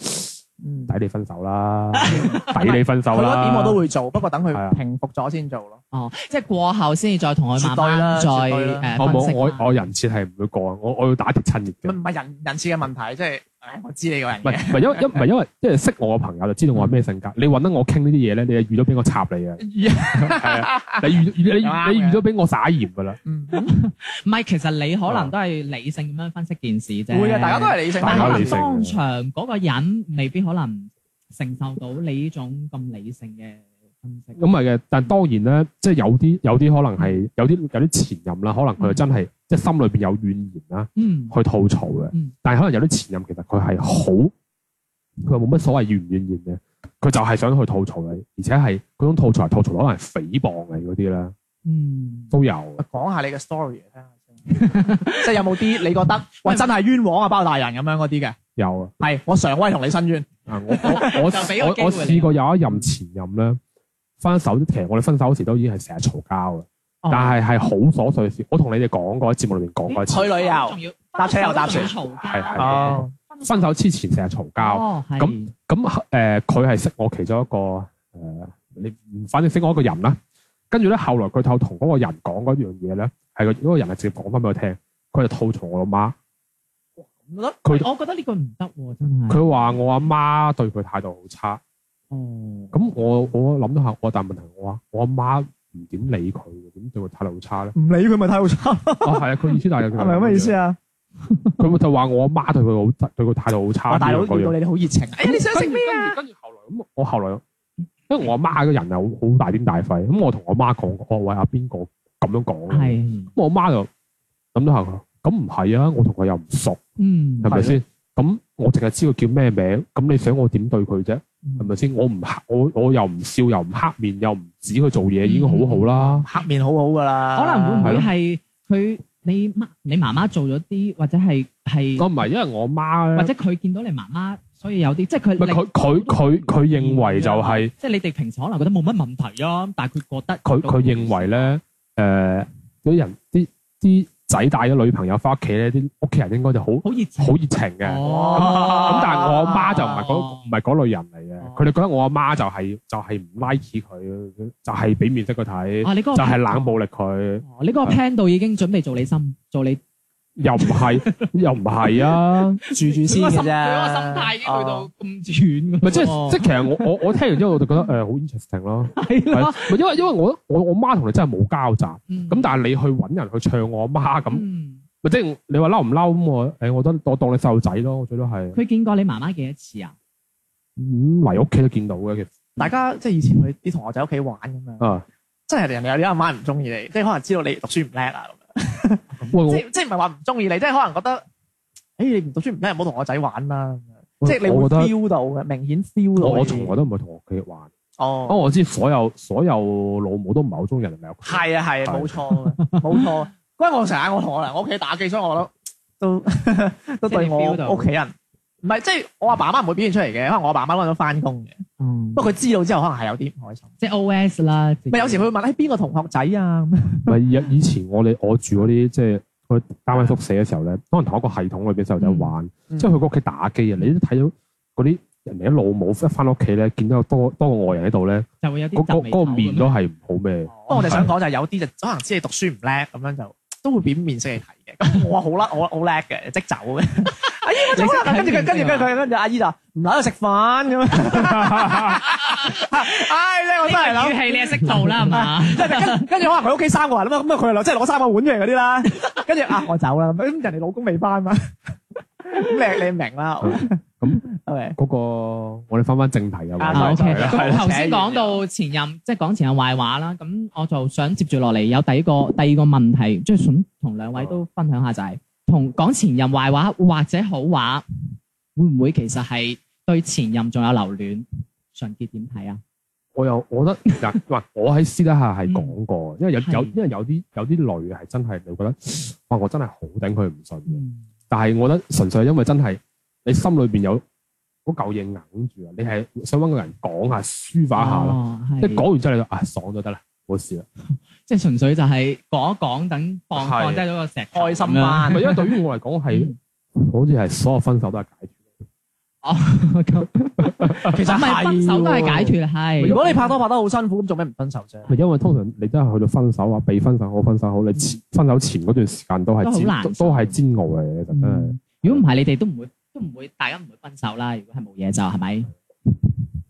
Speaker 1: 嗯
Speaker 2: 抵你分手啦，抵你分
Speaker 1: 佢
Speaker 2: 手
Speaker 1: 嗰
Speaker 2: 啦。
Speaker 1: 點我都會做，不過等佢
Speaker 2: 係啊
Speaker 1: 平復咗先做咯。
Speaker 3: 哦，即係過後先至再同佢慢慢再
Speaker 1: 絕對啦絕對
Speaker 3: 誒
Speaker 2: 我
Speaker 3: 分
Speaker 2: 冇
Speaker 3: 析啦
Speaker 2: 我我人設係唔會過，我我要打鐵趁熱
Speaker 1: 唔
Speaker 2: 嘅。
Speaker 1: 唔係人人事嘅問題，即係唉我知你個人
Speaker 2: 啊唔係
Speaker 1: 嘅。
Speaker 2: 唔係因為因唔係因為即係識我嘅朋友就知道我係咩性格。你揾得我傾呢啲嘢咧，你就遇到俾我插你啊！係啊，你遇你
Speaker 1: 啱嘅
Speaker 2: 你遇到俾我撒鹽㗎啦。
Speaker 1: 嗯
Speaker 3: 唔係，其實你可能都係理性咁樣分析件事啫。
Speaker 1: 會嘅，大家都係理性嘅。
Speaker 3: 但係
Speaker 2: 大家
Speaker 3: 可
Speaker 2: 理
Speaker 3: 能
Speaker 2: 性嘅
Speaker 3: 當場嗰個人未必可能承受到你呢種咁理性嘅分析。
Speaker 2: 咁係嘅，但當然咧，即係有啲有啲可能係有啲有啲前任啦，可能佢真係即係心裏邊有怨言啦，
Speaker 3: 嗯
Speaker 2: 去吐槽嘅。
Speaker 3: 嗯
Speaker 2: 但係可能有啲前任其實佢係好，佢冇乜所謂怨唔怨言嘅，佢就係想去吐槽你，而且係嗰種吐槽係吐槽可能係誹謗你嗰啲啦，
Speaker 3: 嗯，
Speaker 2: 都有。
Speaker 1: 講下你嘅 story 嚟聽下先，即係有冇啲你覺得 喂真係冤枉啊包大人咁樣嗰啲嘅？
Speaker 2: 有啊。
Speaker 1: 係我常威同你申冤，
Speaker 2: 啊！ 我我我
Speaker 3: 就俾個機會
Speaker 2: 我我
Speaker 3: 你
Speaker 2: 試過有一任前任咧，分手其實我哋分手嗰時都已經係成日嘈交嘅，
Speaker 3: 哦
Speaker 2: 但係係好瑣碎嘅事。我同你哋講過喺節目裏邊講過一次，
Speaker 3: 嗯
Speaker 1: 去旅遊
Speaker 3: 仲要
Speaker 1: 搭車又搭船
Speaker 3: 嘈
Speaker 2: 係係
Speaker 3: 交，
Speaker 1: 哦
Speaker 2: 係分手之前成日嘈交。
Speaker 3: 哦係
Speaker 2: 咁咁誒，佢係識我其中一個誒，你反正識我一個人啦。跟住咧，後來佢就同嗰個人講嗰樣嘢咧，係個嗰個人係直接講翻俾我聽，佢就吐槽我阿媽，佢
Speaker 3: 我覺得呢個唔得喎，真
Speaker 1: 嗯
Speaker 3: 係。
Speaker 2: 佢話我阿媽對佢態度好差。
Speaker 3: 哦，
Speaker 2: 咁我我諗咗下，我但問題我話我阿媽唔點理佢嘅，點對佢態度好
Speaker 1: ？
Speaker 2: 差咧
Speaker 1: 唔理佢咪睇好差，
Speaker 2: 哦，係啊，佢意思大概
Speaker 1: 係咪咩意思？啊？
Speaker 2: 佢就話我阿媽對佢好對佢態度好差。
Speaker 1: 哇哦大佬
Speaker 2: 呢樣嗰
Speaker 1: 見
Speaker 2: 樣
Speaker 1: 到你哋好熱情，哎呀你想食咩啊？
Speaker 2: 跟住跟住後來咁，我後來因為我阿媽個人係好好大癲大肺，咁我同我媽講，我話喂阿邊個咁樣講嘅？咁
Speaker 3: 係，
Speaker 2: 我阿媽就諗咗下佢話，咁唔係啊，我同佢又唔熟，
Speaker 3: 嗯，
Speaker 2: 係咪先？咁我淨係知佢叫咩名，咁你想我點對佢啫？係
Speaker 3: 嗯？
Speaker 2: 咪先？我唔黑，我我又唔笑，又唔黑面，又唔指佢做嘢，已經好好啦。
Speaker 1: 黑面好好㗎啦，
Speaker 3: 可能會
Speaker 2: 係
Speaker 3: 唔
Speaker 2: 咯
Speaker 3: 會係佢你媽你媽媽做咗啲，或者係
Speaker 2: 我
Speaker 3: 係，
Speaker 2: 唔係，因為我媽
Speaker 3: 或
Speaker 2: 咧，
Speaker 3: 者佢見到你媽媽，所以有啲即係佢
Speaker 2: 唔係佢佢佢佢認為就係、
Speaker 3: 即係你哋平時可能覺得冇乜問題啊，但係佢覺得
Speaker 2: 佢佢認為咧，誒、有啲人啲啲仔帶咗女朋友翻屋企咧，啲屋企人應該就好
Speaker 3: 好熱情，
Speaker 2: 好熱情嘅。咁、
Speaker 1: 哦
Speaker 2: 但係我阿媽就唔係嗰
Speaker 3: 哦
Speaker 2: 唔係嗰類人嚟嘅，
Speaker 3: 哦
Speaker 2: 佢哋覺得我阿媽就係、就係唔 like 佢，就係俾面色佢睇，
Speaker 3: 啊，你嗰個
Speaker 2: 就係冷啊暴力佢，
Speaker 3: 哦，你嗰個 plan 到已經準備做你心做你
Speaker 2: 又唔係又唔係啊！
Speaker 1: 住住先嘅啫。哦
Speaker 3: 佢個心態已經去到咁遠㗎
Speaker 2: 咪即
Speaker 3: 喎
Speaker 2: 啊係即係其實我我我聽完之後我就覺得誒呃好 interesting 咯，
Speaker 3: 係嗯咯，
Speaker 2: 係咪因為因為我我我媽同你真係冇交集。咁
Speaker 3: 咁
Speaker 2: 但係你去揾人去唱我阿媽咁，
Speaker 3: 咁
Speaker 2: 咪即係你話嬲唔嬲咁我？誒，我覺得我當你細路仔咯，我最多係
Speaker 3: 佢見過你媽媽幾多次啊？
Speaker 2: 咁嚟屋企都見到嘅。其實
Speaker 1: 大家即係以前去啲同學仔屋企玩咁樣，
Speaker 2: 啊，
Speaker 1: 真係人哋有啲阿媽唔中意你，即係可能知道你讀書唔叻啊咁
Speaker 2: 喂
Speaker 1: 樣，
Speaker 2: 我
Speaker 1: 即係即係唔係話唔中意你，即係可能覺得，哎誒你唔讀書唔叻，唔好同我仔玩啦咁樣，
Speaker 2: 我
Speaker 1: 即係你
Speaker 2: 我
Speaker 1: 會
Speaker 2: 覺得
Speaker 1: feel 到嘅，明顯 feel 到呢啲。
Speaker 2: 我我從來都唔係同我屋企玩。不
Speaker 1: 哦，
Speaker 2: 過我知所有所有老母都唔係好中意人嚟屋企。
Speaker 1: 係啊係啊，冇錯嘅冇錯。啊因為我成日嗌我同學嚟我屋企打機，所以我 覺得都都
Speaker 3: 即係
Speaker 1: 對
Speaker 3: 你 feel 到
Speaker 1: 我屋企人。唔係，即係我阿爸媽唔會表現出嚟嘅，可能我阿爸媽揾咗翻工嘅。
Speaker 3: 嗯
Speaker 1: 不過佢知道之後，可能係有啲唔開心。
Speaker 3: 即係 OS 啦，
Speaker 1: 咪有時佢會問：誒哎邊個同學仔啊？咁樣
Speaker 2: 咪以以前我哋我住嗰啲即係佢單位宿舍嘅時候咧，可能同一個系統裏邊細路仔玩，
Speaker 1: 嗯
Speaker 2: 即係去佢屋企打機啊！你都睇到嗰啲人哋啲老母一翻屋企咧，見到有多多個外人喺度咧，
Speaker 3: 就會有
Speaker 2: 嗰
Speaker 3: 啲
Speaker 2: 嗰嗰個面都係唔好咩。
Speaker 1: 不過我哋想講就係有啲就可能知你讀書唔叻咁樣就都會變面色嚟睇嘅。咁我好啦，我好叻嘅，即走 嘅。阿姨哎我走啦， 跟住佢跟住佢佢跟住阿姨就唔喺度食飯 咁樣。唉，真係我真係諗，
Speaker 3: 氣你係識做啦，係嘛？
Speaker 1: 真係跟跟住可能佢屋企三個人啊嘛，咁啊佢又即係攞三個碗出嚟嗰 啲啦。跟住啊我走啦， 咁人哋老公未翻嘛。 咁你你明 啦。
Speaker 2: 咁
Speaker 1: OK，
Speaker 2: 嗰個我哋翻翻正題又
Speaker 1: 啊
Speaker 3: 啊
Speaker 1: 係
Speaker 3: OK，
Speaker 1: 係啦係啦
Speaker 3: 咁頭先講到前任，即係講前任壞話啦。咁我就想接住落嚟有第一個第二個問題，即係想同兩位都分享下就係、同講前任壞話或者好話，會唔會其實係對前任仲有留戀？純潔點睇啊？
Speaker 2: 我又我覺得 嗱，嗱我喺私底下係講過，因為有
Speaker 3: 嗯係
Speaker 2: 有因為有啲有啲女係真係你會覺得，哇！我真係好頂佢唔順嘅。
Speaker 3: 嗯，
Speaker 2: 但係我覺得純粹係因為真係你心裏邊有嗰嚿嘢硬住啊，你係想揾個人講下抒發下咯。
Speaker 3: 哦，
Speaker 2: 即係
Speaker 3: 係
Speaker 2: 講完之後你就啊爽就得啦，冇事啦。
Speaker 3: 即係純粹就係講一講，等放
Speaker 2: 係
Speaker 3: 放低咗個石頭
Speaker 1: 開心
Speaker 3: 咁樣。
Speaker 1: 翻
Speaker 2: 唔係。因為對於我嚟講係
Speaker 3: 嗯
Speaker 2: 好似係所有分手都係解決。
Speaker 3: 哦，咁
Speaker 1: 其實
Speaker 3: 唔係分手都係
Speaker 1: 脫。
Speaker 3: 解脱，係。
Speaker 1: 如果你拍拖拍得好辛苦，咁做咩唔分手啫？
Speaker 2: 咪因為通常你都係去到分手啊，被分手好分手好，你前分手前嗰段時間都係
Speaker 3: 嗯都好
Speaker 2: 煎
Speaker 3: 難
Speaker 2: 都都係煎熬嚟嘅，其實真係。
Speaker 3: 嗯如果唔係，你哋都唔會，都唔會，大家唔會分手啦。如果係冇嘢就係咪？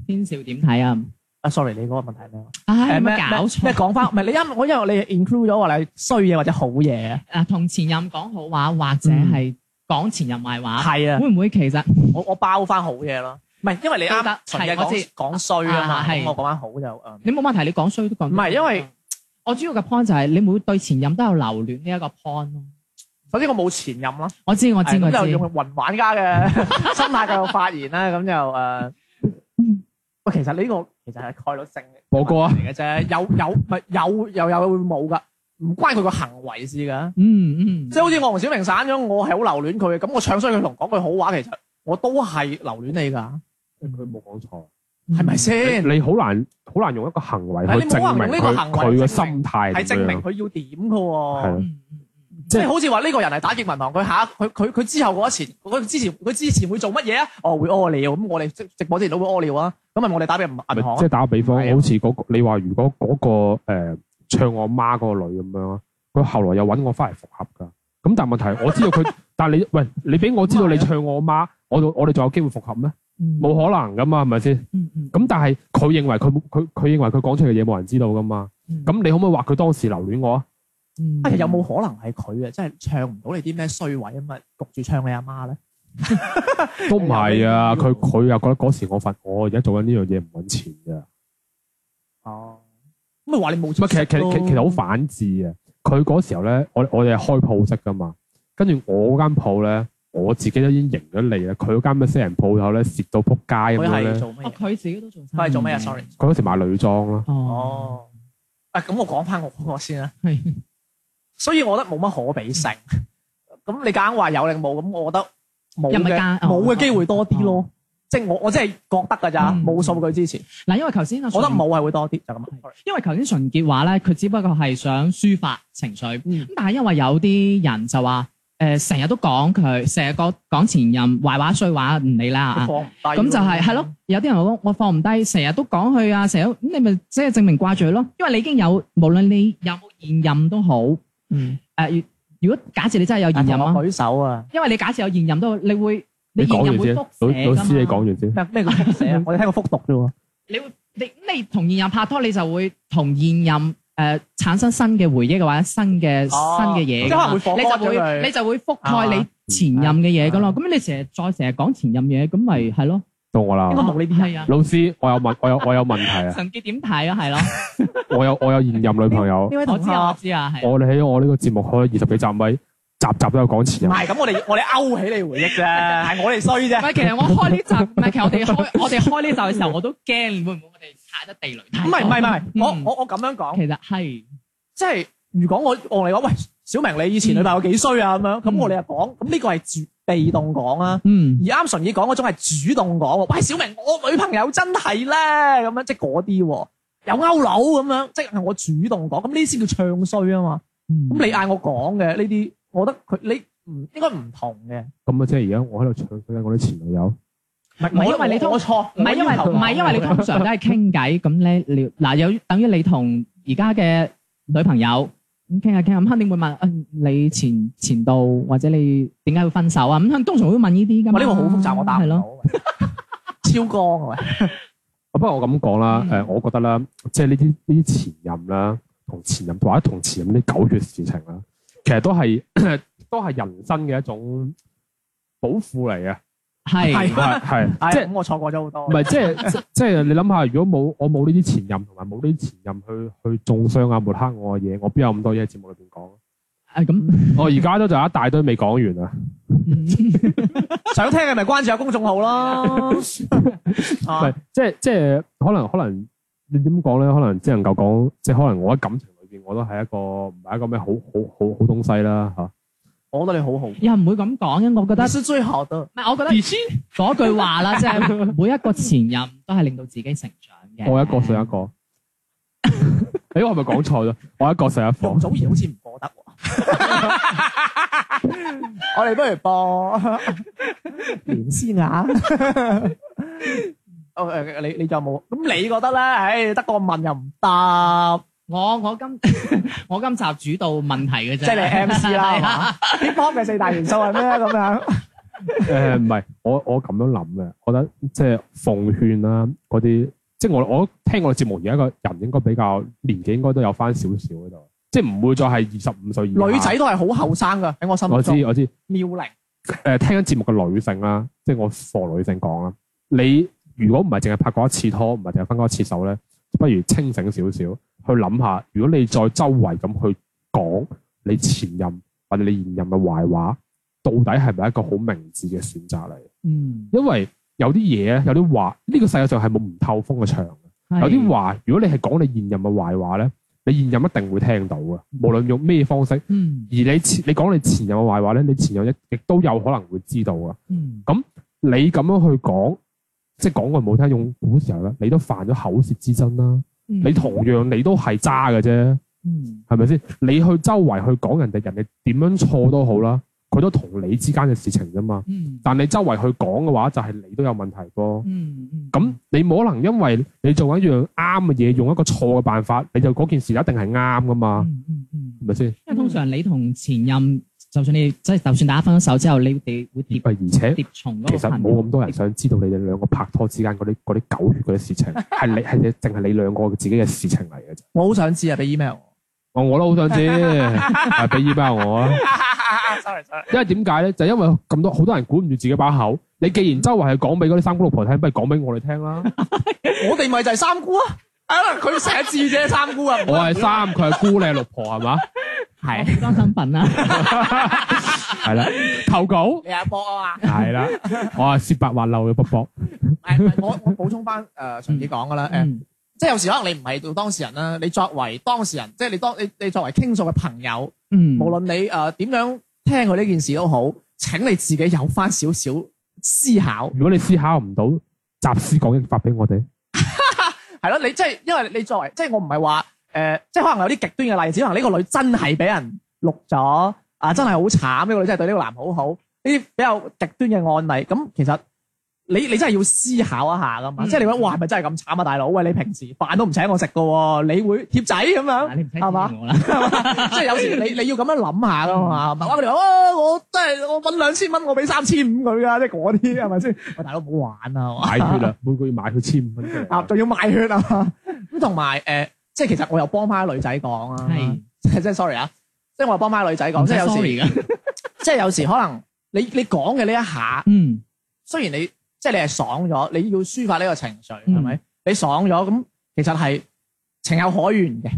Speaker 3: 天少點睇啊？
Speaker 1: 啊，sorry，你嗰個問題係咩？
Speaker 3: 唉，
Speaker 1: 誒
Speaker 3: 有
Speaker 1: 咩
Speaker 3: 冇搞
Speaker 1: 咩
Speaker 3: 錯
Speaker 1: 講翻？唔係你因我因為你 include 咗話你衰嘢或者好嘢啊，
Speaker 3: 啊？同前任講好話，或者係講前任壞話，
Speaker 1: 係啊，
Speaker 3: 會唔會其實
Speaker 1: 我我包翻好嘢咯。唔係因為你
Speaker 3: 都
Speaker 1: 啱
Speaker 3: 得
Speaker 1: 純嘅
Speaker 3: 係我知
Speaker 1: 講講衰啊嘛，
Speaker 3: 啊係
Speaker 1: 咁我講翻好就嗯
Speaker 3: 你冇問題？你講衰都講
Speaker 1: 唔係因為
Speaker 3: Ờ, 我主要嘅 point 就係你會對前任都有留戀呢一個 point 咯。
Speaker 1: 首先我冇前任啦，
Speaker 3: 我知我知
Speaker 1: 係
Speaker 3: 我
Speaker 1: 咁就用
Speaker 3: 知，
Speaker 1: 雲玩家嘅 心態繼續發言啦，咁就誒。呃喂，其實呢個其實係概率性嘅
Speaker 2: 冇過啊
Speaker 1: 嚟嘅啫，有有唔係有又有會冇噶，唔關佢個行為事㗎。
Speaker 3: 嗯嗯，
Speaker 1: 即係好似我同小明散咗，我係好留戀佢嘅，咁我唱衰佢同講句好話，其實我都係留戀你㗎，
Speaker 2: 佢冇講錯。
Speaker 1: 係咪先？
Speaker 2: 你好難好難用一個行為去
Speaker 1: 嗯係你冇
Speaker 2: 證
Speaker 1: 可能用
Speaker 2: 明
Speaker 1: 呢個
Speaker 2: 佢
Speaker 1: 行為
Speaker 2: 佢
Speaker 1: 去
Speaker 2: 嘅
Speaker 1: 證明
Speaker 2: 心
Speaker 1: 係
Speaker 2: 態係
Speaker 1: 證明佢哦要點㗎喎。
Speaker 2: 係啊
Speaker 3: 嗯？嗯嗯
Speaker 1: 即係好似話呢個人係打劫銀行，佢下一佢佢佢之後嗰一前，佢之前佢之前會做乜嘢啊？哦，會屙尿咁，我哋直直播之前都會屙尿啊。咁咪我哋打俾銀銀行
Speaker 2: 即係打個比方，
Speaker 1: 係啊
Speaker 2: 好似嗰個你話如果嗰個誒唱我媽嗰個女咁樣啊，佢後來又揾我翻嚟復合㗎。咁但係問題我知道 佢，但係你喂你俾我知道你
Speaker 1: 啊
Speaker 2: 唱我媽，我我哋仲有機會復合咩？
Speaker 3: 嗯
Speaker 2: 冇可能㗎嘛，係咪先？
Speaker 3: 嗯嗯
Speaker 2: 咁但係佢認為佢冇佢佢認為佢講出嘅嘢冇人知道㗎嘛。
Speaker 3: 嗯
Speaker 2: 咁你可唔可以話佢當時留戀我啊？
Speaker 3: 嗯
Speaker 1: 啊，有冇可能係佢啊？真係唱唔到你啲咩衰位啊嘛，焗住唱你阿媽咧。
Speaker 2: 都唔係啊，
Speaker 1: 有呢
Speaker 2: 佢
Speaker 1: 啲喎
Speaker 2: 佢又覺得嗰時我份我而家做緊呢樣嘢唔揾錢㗎。
Speaker 1: 哦，咁咪話你冇
Speaker 2: 唔係，
Speaker 1: 出
Speaker 2: 其
Speaker 1: 息
Speaker 2: 實其實其實其實好反智啊！佢嗰時候咧，我我哋係開鋪式噶嘛，跟住我嗰間鋪咧，我自己都已經贏咗利啦。佢嗰間咩私人鋪頭咧，蝕到撲街咁
Speaker 1: 佢
Speaker 2: 樣
Speaker 1: 係
Speaker 2: 咧。
Speaker 1: 做乜
Speaker 3: 哦
Speaker 1: 嘢？
Speaker 3: 佢自己都做生意，
Speaker 1: 佢係做咩啊？Sorry。à? Ờ.
Speaker 2: 佢嗰時賣女裝咯，
Speaker 3: Ờ, 哦，
Speaker 1: 哦，啊，咁我講翻我嗰個先啦。
Speaker 3: 係
Speaker 1: 所以我覺得冇乜可比性。咁你夾硬話有定冇，咁我覺得冇
Speaker 3: 又唔係
Speaker 1: 嘅
Speaker 3: 夾硬
Speaker 1: 冇
Speaker 3: 哦
Speaker 1: 嘅機會多啲咯。即係我我真係覺得㗎咋，
Speaker 3: 嗯
Speaker 1: 冇數據支持，
Speaker 3: 嗱，因為頭先我
Speaker 1: 我覺得冇係會多啲，就咁啊。
Speaker 3: 因為頭先純潔話咧，佢只不過係想抒發情緒，咁、
Speaker 1: 嗯
Speaker 3: 但係因為有啲人就話，誒、成日都講佢，成日講講前任壞話衰話，唔理啦啊
Speaker 1: 放唔低
Speaker 3: 咁就係係咯，有啲人話我放唔低，成日都講佢啊，成日都咁你咪即係證明掛住佢咯，因為你已經有無論你有冇現任都好，誒、
Speaker 1: 嗯，
Speaker 3: 如如果假設你真係有現
Speaker 1: 但
Speaker 3: 任
Speaker 1: 係
Speaker 3: 啊，
Speaker 1: 我舉手啊，
Speaker 3: 因為你假設有現任都好，你會
Speaker 2: 你
Speaker 3: 現
Speaker 2: 講
Speaker 3: 任
Speaker 2: 完
Speaker 3: 會
Speaker 2: 先，
Speaker 3: 覆
Speaker 2: 老老師你
Speaker 3: 寫㗎嘛
Speaker 2: 講完先。
Speaker 1: 咩咩叫輻 射啊？我哋聽過復讀啫喎。
Speaker 3: 你會你你同現任拍拖，你就會同現任誒、呃、產生新嘅回憶嘅話，新嘅、
Speaker 1: 哦
Speaker 3: 新嘅嘢㗎
Speaker 1: 即係可能
Speaker 3: 嘛，
Speaker 1: 會放
Speaker 3: 你
Speaker 1: 開
Speaker 3: 就
Speaker 1: 咗
Speaker 3: 會
Speaker 1: 佢
Speaker 3: 你就會覆
Speaker 1: 啊
Speaker 3: 蓋你前任嘅嘢噶咯。
Speaker 1: 啊
Speaker 3: 咁、你成日再成日講前任嘢，咁咪係咯？
Speaker 2: 到我啦
Speaker 1: 嗯應該，冇呢啲人
Speaker 3: 係啊。
Speaker 2: 老師，我有問，我有我有問題 啊！
Speaker 3: 陳傑點睇啊？係咯，
Speaker 2: 我有我有現任女朋友，
Speaker 1: 呢位
Speaker 3: 我
Speaker 1: 同
Speaker 3: 知
Speaker 1: 學，
Speaker 3: 啊，我
Speaker 1: 唔
Speaker 3: 知啊，係啊。
Speaker 2: 我哋喺我呢個節目開咗二十幾集咪，集集都有講啊前任。
Speaker 1: 係咁，我 哋我哋勾起你回憶啫，係我哋衰
Speaker 3: 唔
Speaker 1: 啫。
Speaker 3: 係，其實我開呢集，唔係，其實我哋開 我哋開呢集嘅時候，我都驚會唔會我哋踩得地雷太
Speaker 1: 唔
Speaker 3: 多
Speaker 1: 係唔係唔係唔係，
Speaker 3: 嗯
Speaker 1: 我我我咁樣講
Speaker 3: 其，實係
Speaker 1: 即係如果我我嚟講，喂，小明你以前女朋友幾衰啊咁樣，咁
Speaker 3: 嗯
Speaker 1: 我哋又講，咁呢個係主被動講啊。
Speaker 3: 嗯
Speaker 1: 而啱純意講嗰種係主動講喎，喂小明，我女朋友真係咧咁樣，即係嗰啲喎，有勾佬咁樣，即係我主動講，咁呢啲先叫唱衰啊嘛。
Speaker 3: 咁
Speaker 1: 咁你嗌我講嘅呢啲，我覺得佢你唔應該唔同嘅，
Speaker 2: 咁啊，即係而家我喺度唱衰緊我啲前女友。
Speaker 1: 唔係
Speaker 3: 唔係
Speaker 1: 我
Speaker 3: 因為你通
Speaker 1: 我錯，
Speaker 3: 唔係因為
Speaker 1: 我要求
Speaker 3: 唔係因為你通常都係傾偈咁咧，你嗱有等於你同而家嘅女朋友咁傾下傾下，咁肯定會問，嗯你前前度或者你點解會分手啊？咁通常會問呢啲噶嘛。
Speaker 1: 我呢個好複雜，我答
Speaker 3: 係
Speaker 1: 唔到
Speaker 3: 咯，
Speaker 1: 嘅， 超光啊喂，
Speaker 2: 啊不過我咁講啦，
Speaker 3: 嗯
Speaker 2: 誒、我覺得啦，即係呢啲呢啲前任啦，同前任或者同前任啲狗血事情啦，其實都係 都係人生嘅一種寶庫嚟嘅，
Speaker 3: 係
Speaker 1: 係
Speaker 2: 係係
Speaker 1: 唉
Speaker 2: 即係
Speaker 1: 咁我錯過咗好多
Speaker 2: 唔。係即係即即係你諗下，如果冇我冇呢啲前任同埋冇呢啲前任去去中傷啊抹黑我嘅嘢，我邊有咁多嘢喺節目裏邊講？
Speaker 3: 誒咁
Speaker 2: 我而家都仲有一大堆未講完啊！
Speaker 1: 想聽嘅咪關注下公眾號啦。
Speaker 2: 唔
Speaker 1: 啊
Speaker 2: 係即係即係可能可能你點講咧？可能只能夠講，即係可能我喺感情裏邊我都係一個唔係一個咩好好好好東西啦嚇。
Speaker 1: 我覺得你好好，
Speaker 3: 又唔會咁講嘅，我覺得
Speaker 1: 但是最好的
Speaker 3: 唔係，我覺得嗰句話啦，即係每一個前任都係令到自己成長嘅。
Speaker 2: 我一個上一個。 誒，我係咪講錯咗？我一個上一 課
Speaker 1: 容。祖兒好似唔播得喎。我哋不如播連詩雅。哦誒你你仲有冇？咁你覺得咧？唉，得個問又唔答，
Speaker 3: 我我今 我今集主導問題嘅啫，
Speaker 1: 即係你 M C 啦，係嘛？Hip Hop 嘅四大元素係咩咁樣？
Speaker 2: 誒，唔係，我我咁樣諗嘅，我覺得即係奉勸啦，嗰啲即係我我聽我節目而家個人應該比較年紀應該都有翻少少喺度，即係唔會再係二十五歲以下
Speaker 1: 女仔。都係好後生噶，喺我心目
Speaker 2: 我知
Speaker 1: 中。
Speaker 2: 我知，
Speaker 1: 妙齡
Speaker 2: 誒呃聽緊節目嘅女性啦，即係我課女性講啦，你如果唔係淨係拍過一次拖，唔係淨係分過一次手咧，不如清醒少少去諗下，如果你再周圍咁去講你前任或者你現任嘅壞話，到底係咪一個好明智嘅選擇嚟？
Speaker 3: 嗯，
Speaker 2: 因為有啲嘢咧，有啲話，呢、個世界上係冇唔透風嘅牆嘅。
Speaker 3: 係
Speaker 2: 有啲話，如果你係講你現任嘅壞話咧，你現任一定會聽到嘅，無論用咩方式。而
Speaker 3: 嗯
Speaker 2: 你前你講你前任嘅壞話咧，你前任一亦都有可能會知道啊嘅。
Speaker 3: 嗯
Speaker 2: 你咁樣去講，即係講句唔好聽，用古時候咧，你都犯咗口舌之爭啦。
Speaker 3: 嗯
Speaker 2: 你同樣你都係渣嘅啫，
Speaker 3: 嗯
Speaker 2: 係咪先？你去周圍去講人哋，人哋點樣錯都好啦，佢都同你之間嘅事情啫嘛。
Speaker 3: 嗯
Speaker 2: 但你周圍去講嘅話，就係你都有問題噃。
Speaker 3: 嗯嗯
Speaker 2: 咁你冇可能因為你做一樣啱嘅嘢，用一個錯嘅辦法，你就嗰件事一定係啱噶嘛？
Speaker 3: 嗯嗯嗯
Speaker 2: 係咪先？
Speaker 3: 因為通常你同前任，就算你即係就算大家分咗手之後，你哋會疊
Speaker 2: 而且
Speaker 3: 疊重嗰
Speaker 2: 其
Speaker 3: 個
Speaker 2: 實
Speaker 3: 朋
Speaker 2: 冇
Speaker 3: 友。
Speaker 2: 咁多人想知道你哋兩個拍拖之間嗰啲嗰啲狗血嗰啲事 情，係你係你淨係你兩個自己嘅事情嚟嘅啫。
Speaker 1: 我好想知啊，俾 email 我。
Speaker 2: 我我都好 想知，係俾衣包 我啊！
Speaker 1: sorry sorry，
Speaker 2: 因為點解咧？就因為咁多好多人管唔住自己把口。你既然周圍係講俾嗰啲三姑六婆聽，不如講俾我哋聽 啦。
Speaker 1: 我哋咪就係三姑啊，可能佢寫字啫，三姑啊。
Speaker 2: 我係三，佢係姑，你係六婆係 嘛？
Speaker 3: 係裝身份啦，
Speaker 2: 係啦，投稿
Speaker 1: 你阿博啊嘛。
Speaker 2: 係啦，我係雪白滑溜嘅卜卜。
Speaker 1: 誒我我補充翻誒上次講噶啦，誒
Speaker 3: 嗯
Speaker 1: 即係有時可能你唔係做當事人啦，你作為當事人，即係你當你你作為傾訴嘅朋友，
Speaker 3: 嗯，
Speaker 1: 無論你誒點樣聽佢呢件事都好，請你自己有翻少少思考。
Speaker 2: 如果你思考唔到，集思廣益發俾我哋。
Speaker 1: 係咯，你即係因為你作為，即係我唔係話誒，即係可能有啲極端嘅例子，可能呢個女真係俾人錄咗啊，真係好慘，呢個女真係對呢個男好好，呢啲比較極端嘅案例，咁其實你 你真係要思考一下噶嘛，
Speaker 3: 嗯
Speaker 1: 即係你覺得哇，係咪真係咁慘啊，大佬？喂，你平時飯都唔請我食噶喎，你會貼仔咁
Speaker 3: 啊
Speaker 1: 樣，
Speaker 3: 你唔使
Speaker 1: 係嘛
Speaker 3: 指我啦，
Speaker 1: 即係有時你你要咁樣諗下噶嘛，唔係話佢哋話哦，我真係我揾兩千蚊，我俾三千五佢噶，即係嗰啲係咪先？喂，大佬唔好玩啊！係嘛
Speaker 2: 買血啦， 每個月買血千五蚊出嚟
Speaker 1: 啊，仲要賣血啊！ 咁同埋誒，即係其實我又幫翻女仔講啊，
Speaker 3: 係
Speaker 1: 即係即係 sorry 啊，即係我又幫翻女仔講，
Speaker 3: 唔
Speaker 1: 即
Speaker 3: 使
Speaker 1: 係有
Speaker 3: sorry
Speaker 1: 時，
Speaker 3: 噶，
Speaker 1: 即係有時可能你你講嘅呢一下，
Speaker 3: 嗯
Speaker 1: 雖然你即係你係爽咗，你要抒發呢個情緒
Speaker 3: 嗯
Speaker 1: 係咪？你爽咗咁，其實係情有可原嘅。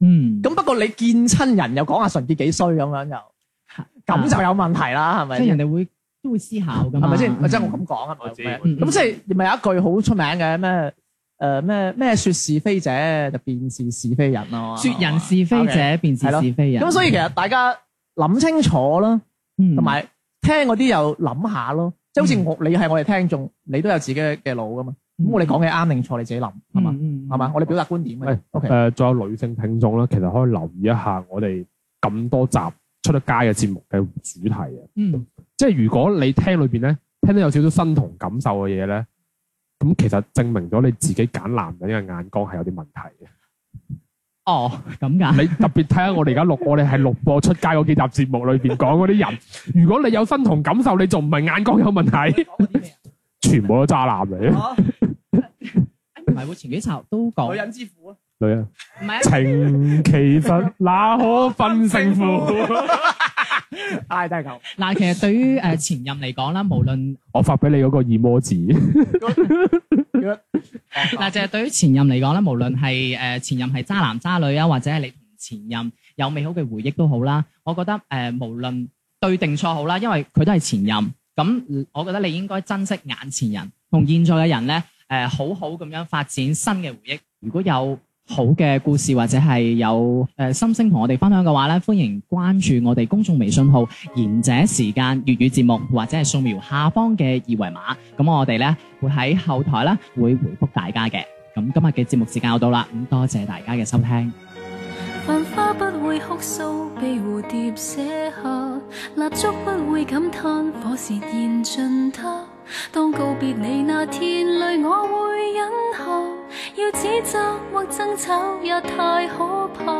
Speaker 3: 嗯，
Speaker 1: 咁不過你見親人又講阿純潔幾衰咁樣就，咁就有問題啦，係咪
Speaker 3: 即係？人哋會都會思考噶
Speaker 1: 係
Speaker 3: 嘛，
Speaker 1: 咪先？咪即係
Speaker 3: 嗯
Speaker 1: 我咁講啊，
Speaker 2: 我知
Speaker 1: 咪
Speaker 2: 我
Speaker 3: 知
Speaker 1: 咁即係咪有一句好出名嘅咩？誒咩咩説是非者就便是是非人咯，
Speaker 3: 说人是非
Speaker 1: Ờ, OK
Speaker 3: 者，便是
Speaker 1: 係咯
Speaker 3: 是非人。
Speaker 1: 咁所以其實大家諗清楚啦，
Speaker 3: 同
Speaker 1: 同埋聽嗰啲又諗下咯。即係好似我你係我哋聽眾，你都有自己嘅嘅腦噶嘛。咁我哋講嘅啱定錯，你自己諗
Speaker 3: Ừ,
Speaker 1: 係嘛？
Speaker 3: 嘛
Speaker 1: 嗯係嘛？我哋表達觀點嘅
Speaker 2: 喂。
Speaker 1: O K，
Speaker 2: 誒，呃仲有女性聽眾咧，其實可以留意一下我哋咁多集出得街嘅節目嘅主題啊。
Speaker 3: 嗯
Speaker 2: 即係如果你聽裏邊咧，聽到有少少身同感受嘅嘢咧，咁其實證明咗你自己揀男人嘅眼光係有啲問題嘅。
Speaker 3: 哦咁噶，
Speaker 2: 你特別睇下我哋而家錄，我哋係錄播出街嗰幾集節目裏邊講嗰啲人，如果你有身同感受，你仲唔係眼光有問題？
Speaker 1: 講啲咩
Speaker 2: 全部都渣男嚟嘅，
Speaker 1: 啊？
Speaker 3: 唔係喎，前幾集都講，
Speaker 1: 女
Speaker 3: 唔
Speaker 1: 人之苦啊，
Speaker 2: 女人
Speaker 3: 係啊
Speaker 2: 情其實那可分勝負。
Speaker 1: 唉，真係夠。
Speaker 3: 嗱，其實對於誒前任嚟講啦，無論
Speaker 2: 我發俾你嗰個二魔字，
Speaker 1: 哦
Speaker 3: 嗱，就係對於前任嚟講啦，無論係誒前任係渣男渣女啊，或者係你同前任有美好嘅回憶都好啦，我覺得誒無論對定錯好啦，因為佢都係前任，咁我覺得你應該珍惜眼前人嗯呃同現在嘅人咧，誒呃好好咁樣發展新嘅回憶。如果有好嘅故事或者係有誒心聲同我哋分享嘅話咧，歡迎關注我哋公眾微信號「賢者時間粵語節目」，或者係掃描下方嘅二維碼，咁我哋咧會喺後台啦會回覆大家嘅。咁今日嘅節目時間又到啦，咁多謝大家嘅收聽。
Speaker 5: 繁花不會哭訴，被蝴蝶寫下；蠟燭不會感嘆，火舌燃盡它。當告別你那天，淚我會忍下。要指責或爭吵也太可怕，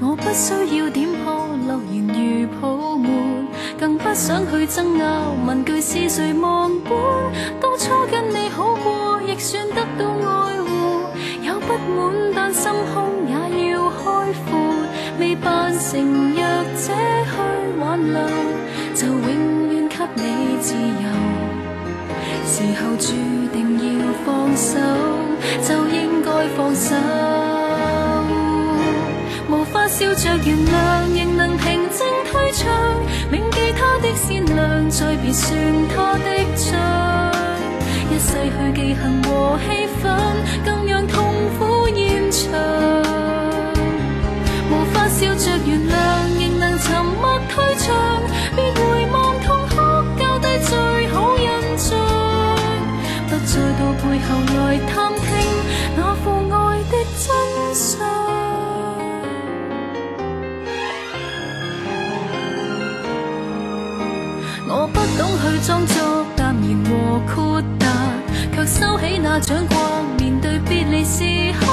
Speaker 5: 我不需要點破諾言如泡沫，更不想去爭拗。問句是誰忘本？當初跟你好過，亦算得到愛護。有不滿，但心胸也要開闊，未扮成弱者去挽留，就永遠給你自由。時候注定要放手，就應該放手。無法笑着原諒，仍能平靜推唱，再別算他的罪。一世去記恨和氣憤，更讓痛苦延長。無法笑着原諒，仍能沉默退場，別回望痛哭，交低最好印象。不再到背後來探聽那父愛的真相。我不懂去裝作淡然和豁達，卻收起那掌摑。面對別離時刻，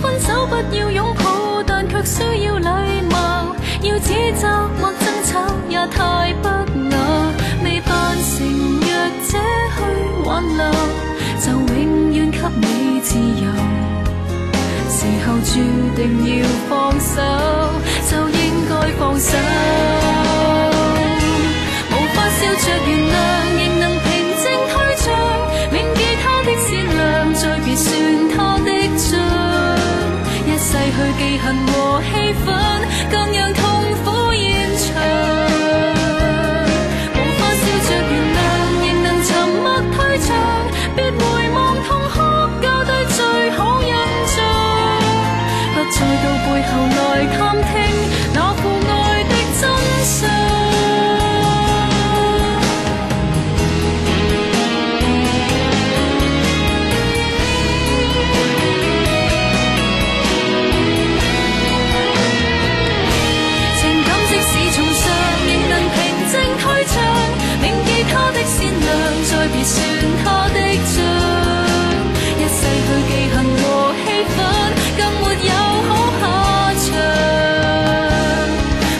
Speaker 5: 分手不要擁抱，但卻需要禮貌。要指責或爭吵也太不雅，未扮成弱者去挽留，就永遠給你自由。時候注定要放手，就應該放手。無法笑着原諒，仍能平靜退場，銘記他的善良，再別算他的罪。一世去記恨和氣憤，更讓痛苦延長。無法笑着原諒，仍能沉默退場，別回望痛哭，交低最好印象。不再到背後來探聽那父愛的真相。情感即使重傷，仍能平靜退場，銘記他的善良，再別算他的罪。一世去記恨和氣憤，更沒有好下場。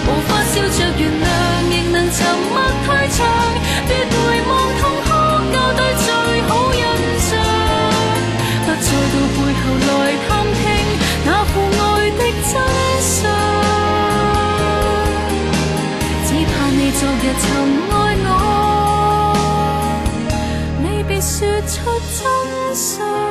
Speaker 5: 無法笑着原諒，仍能沉默退場，別回望痛哭，交低最好印象。不再到背後來探聽那父愛的真相。只怕你昨日曾愛我，未必說出真相。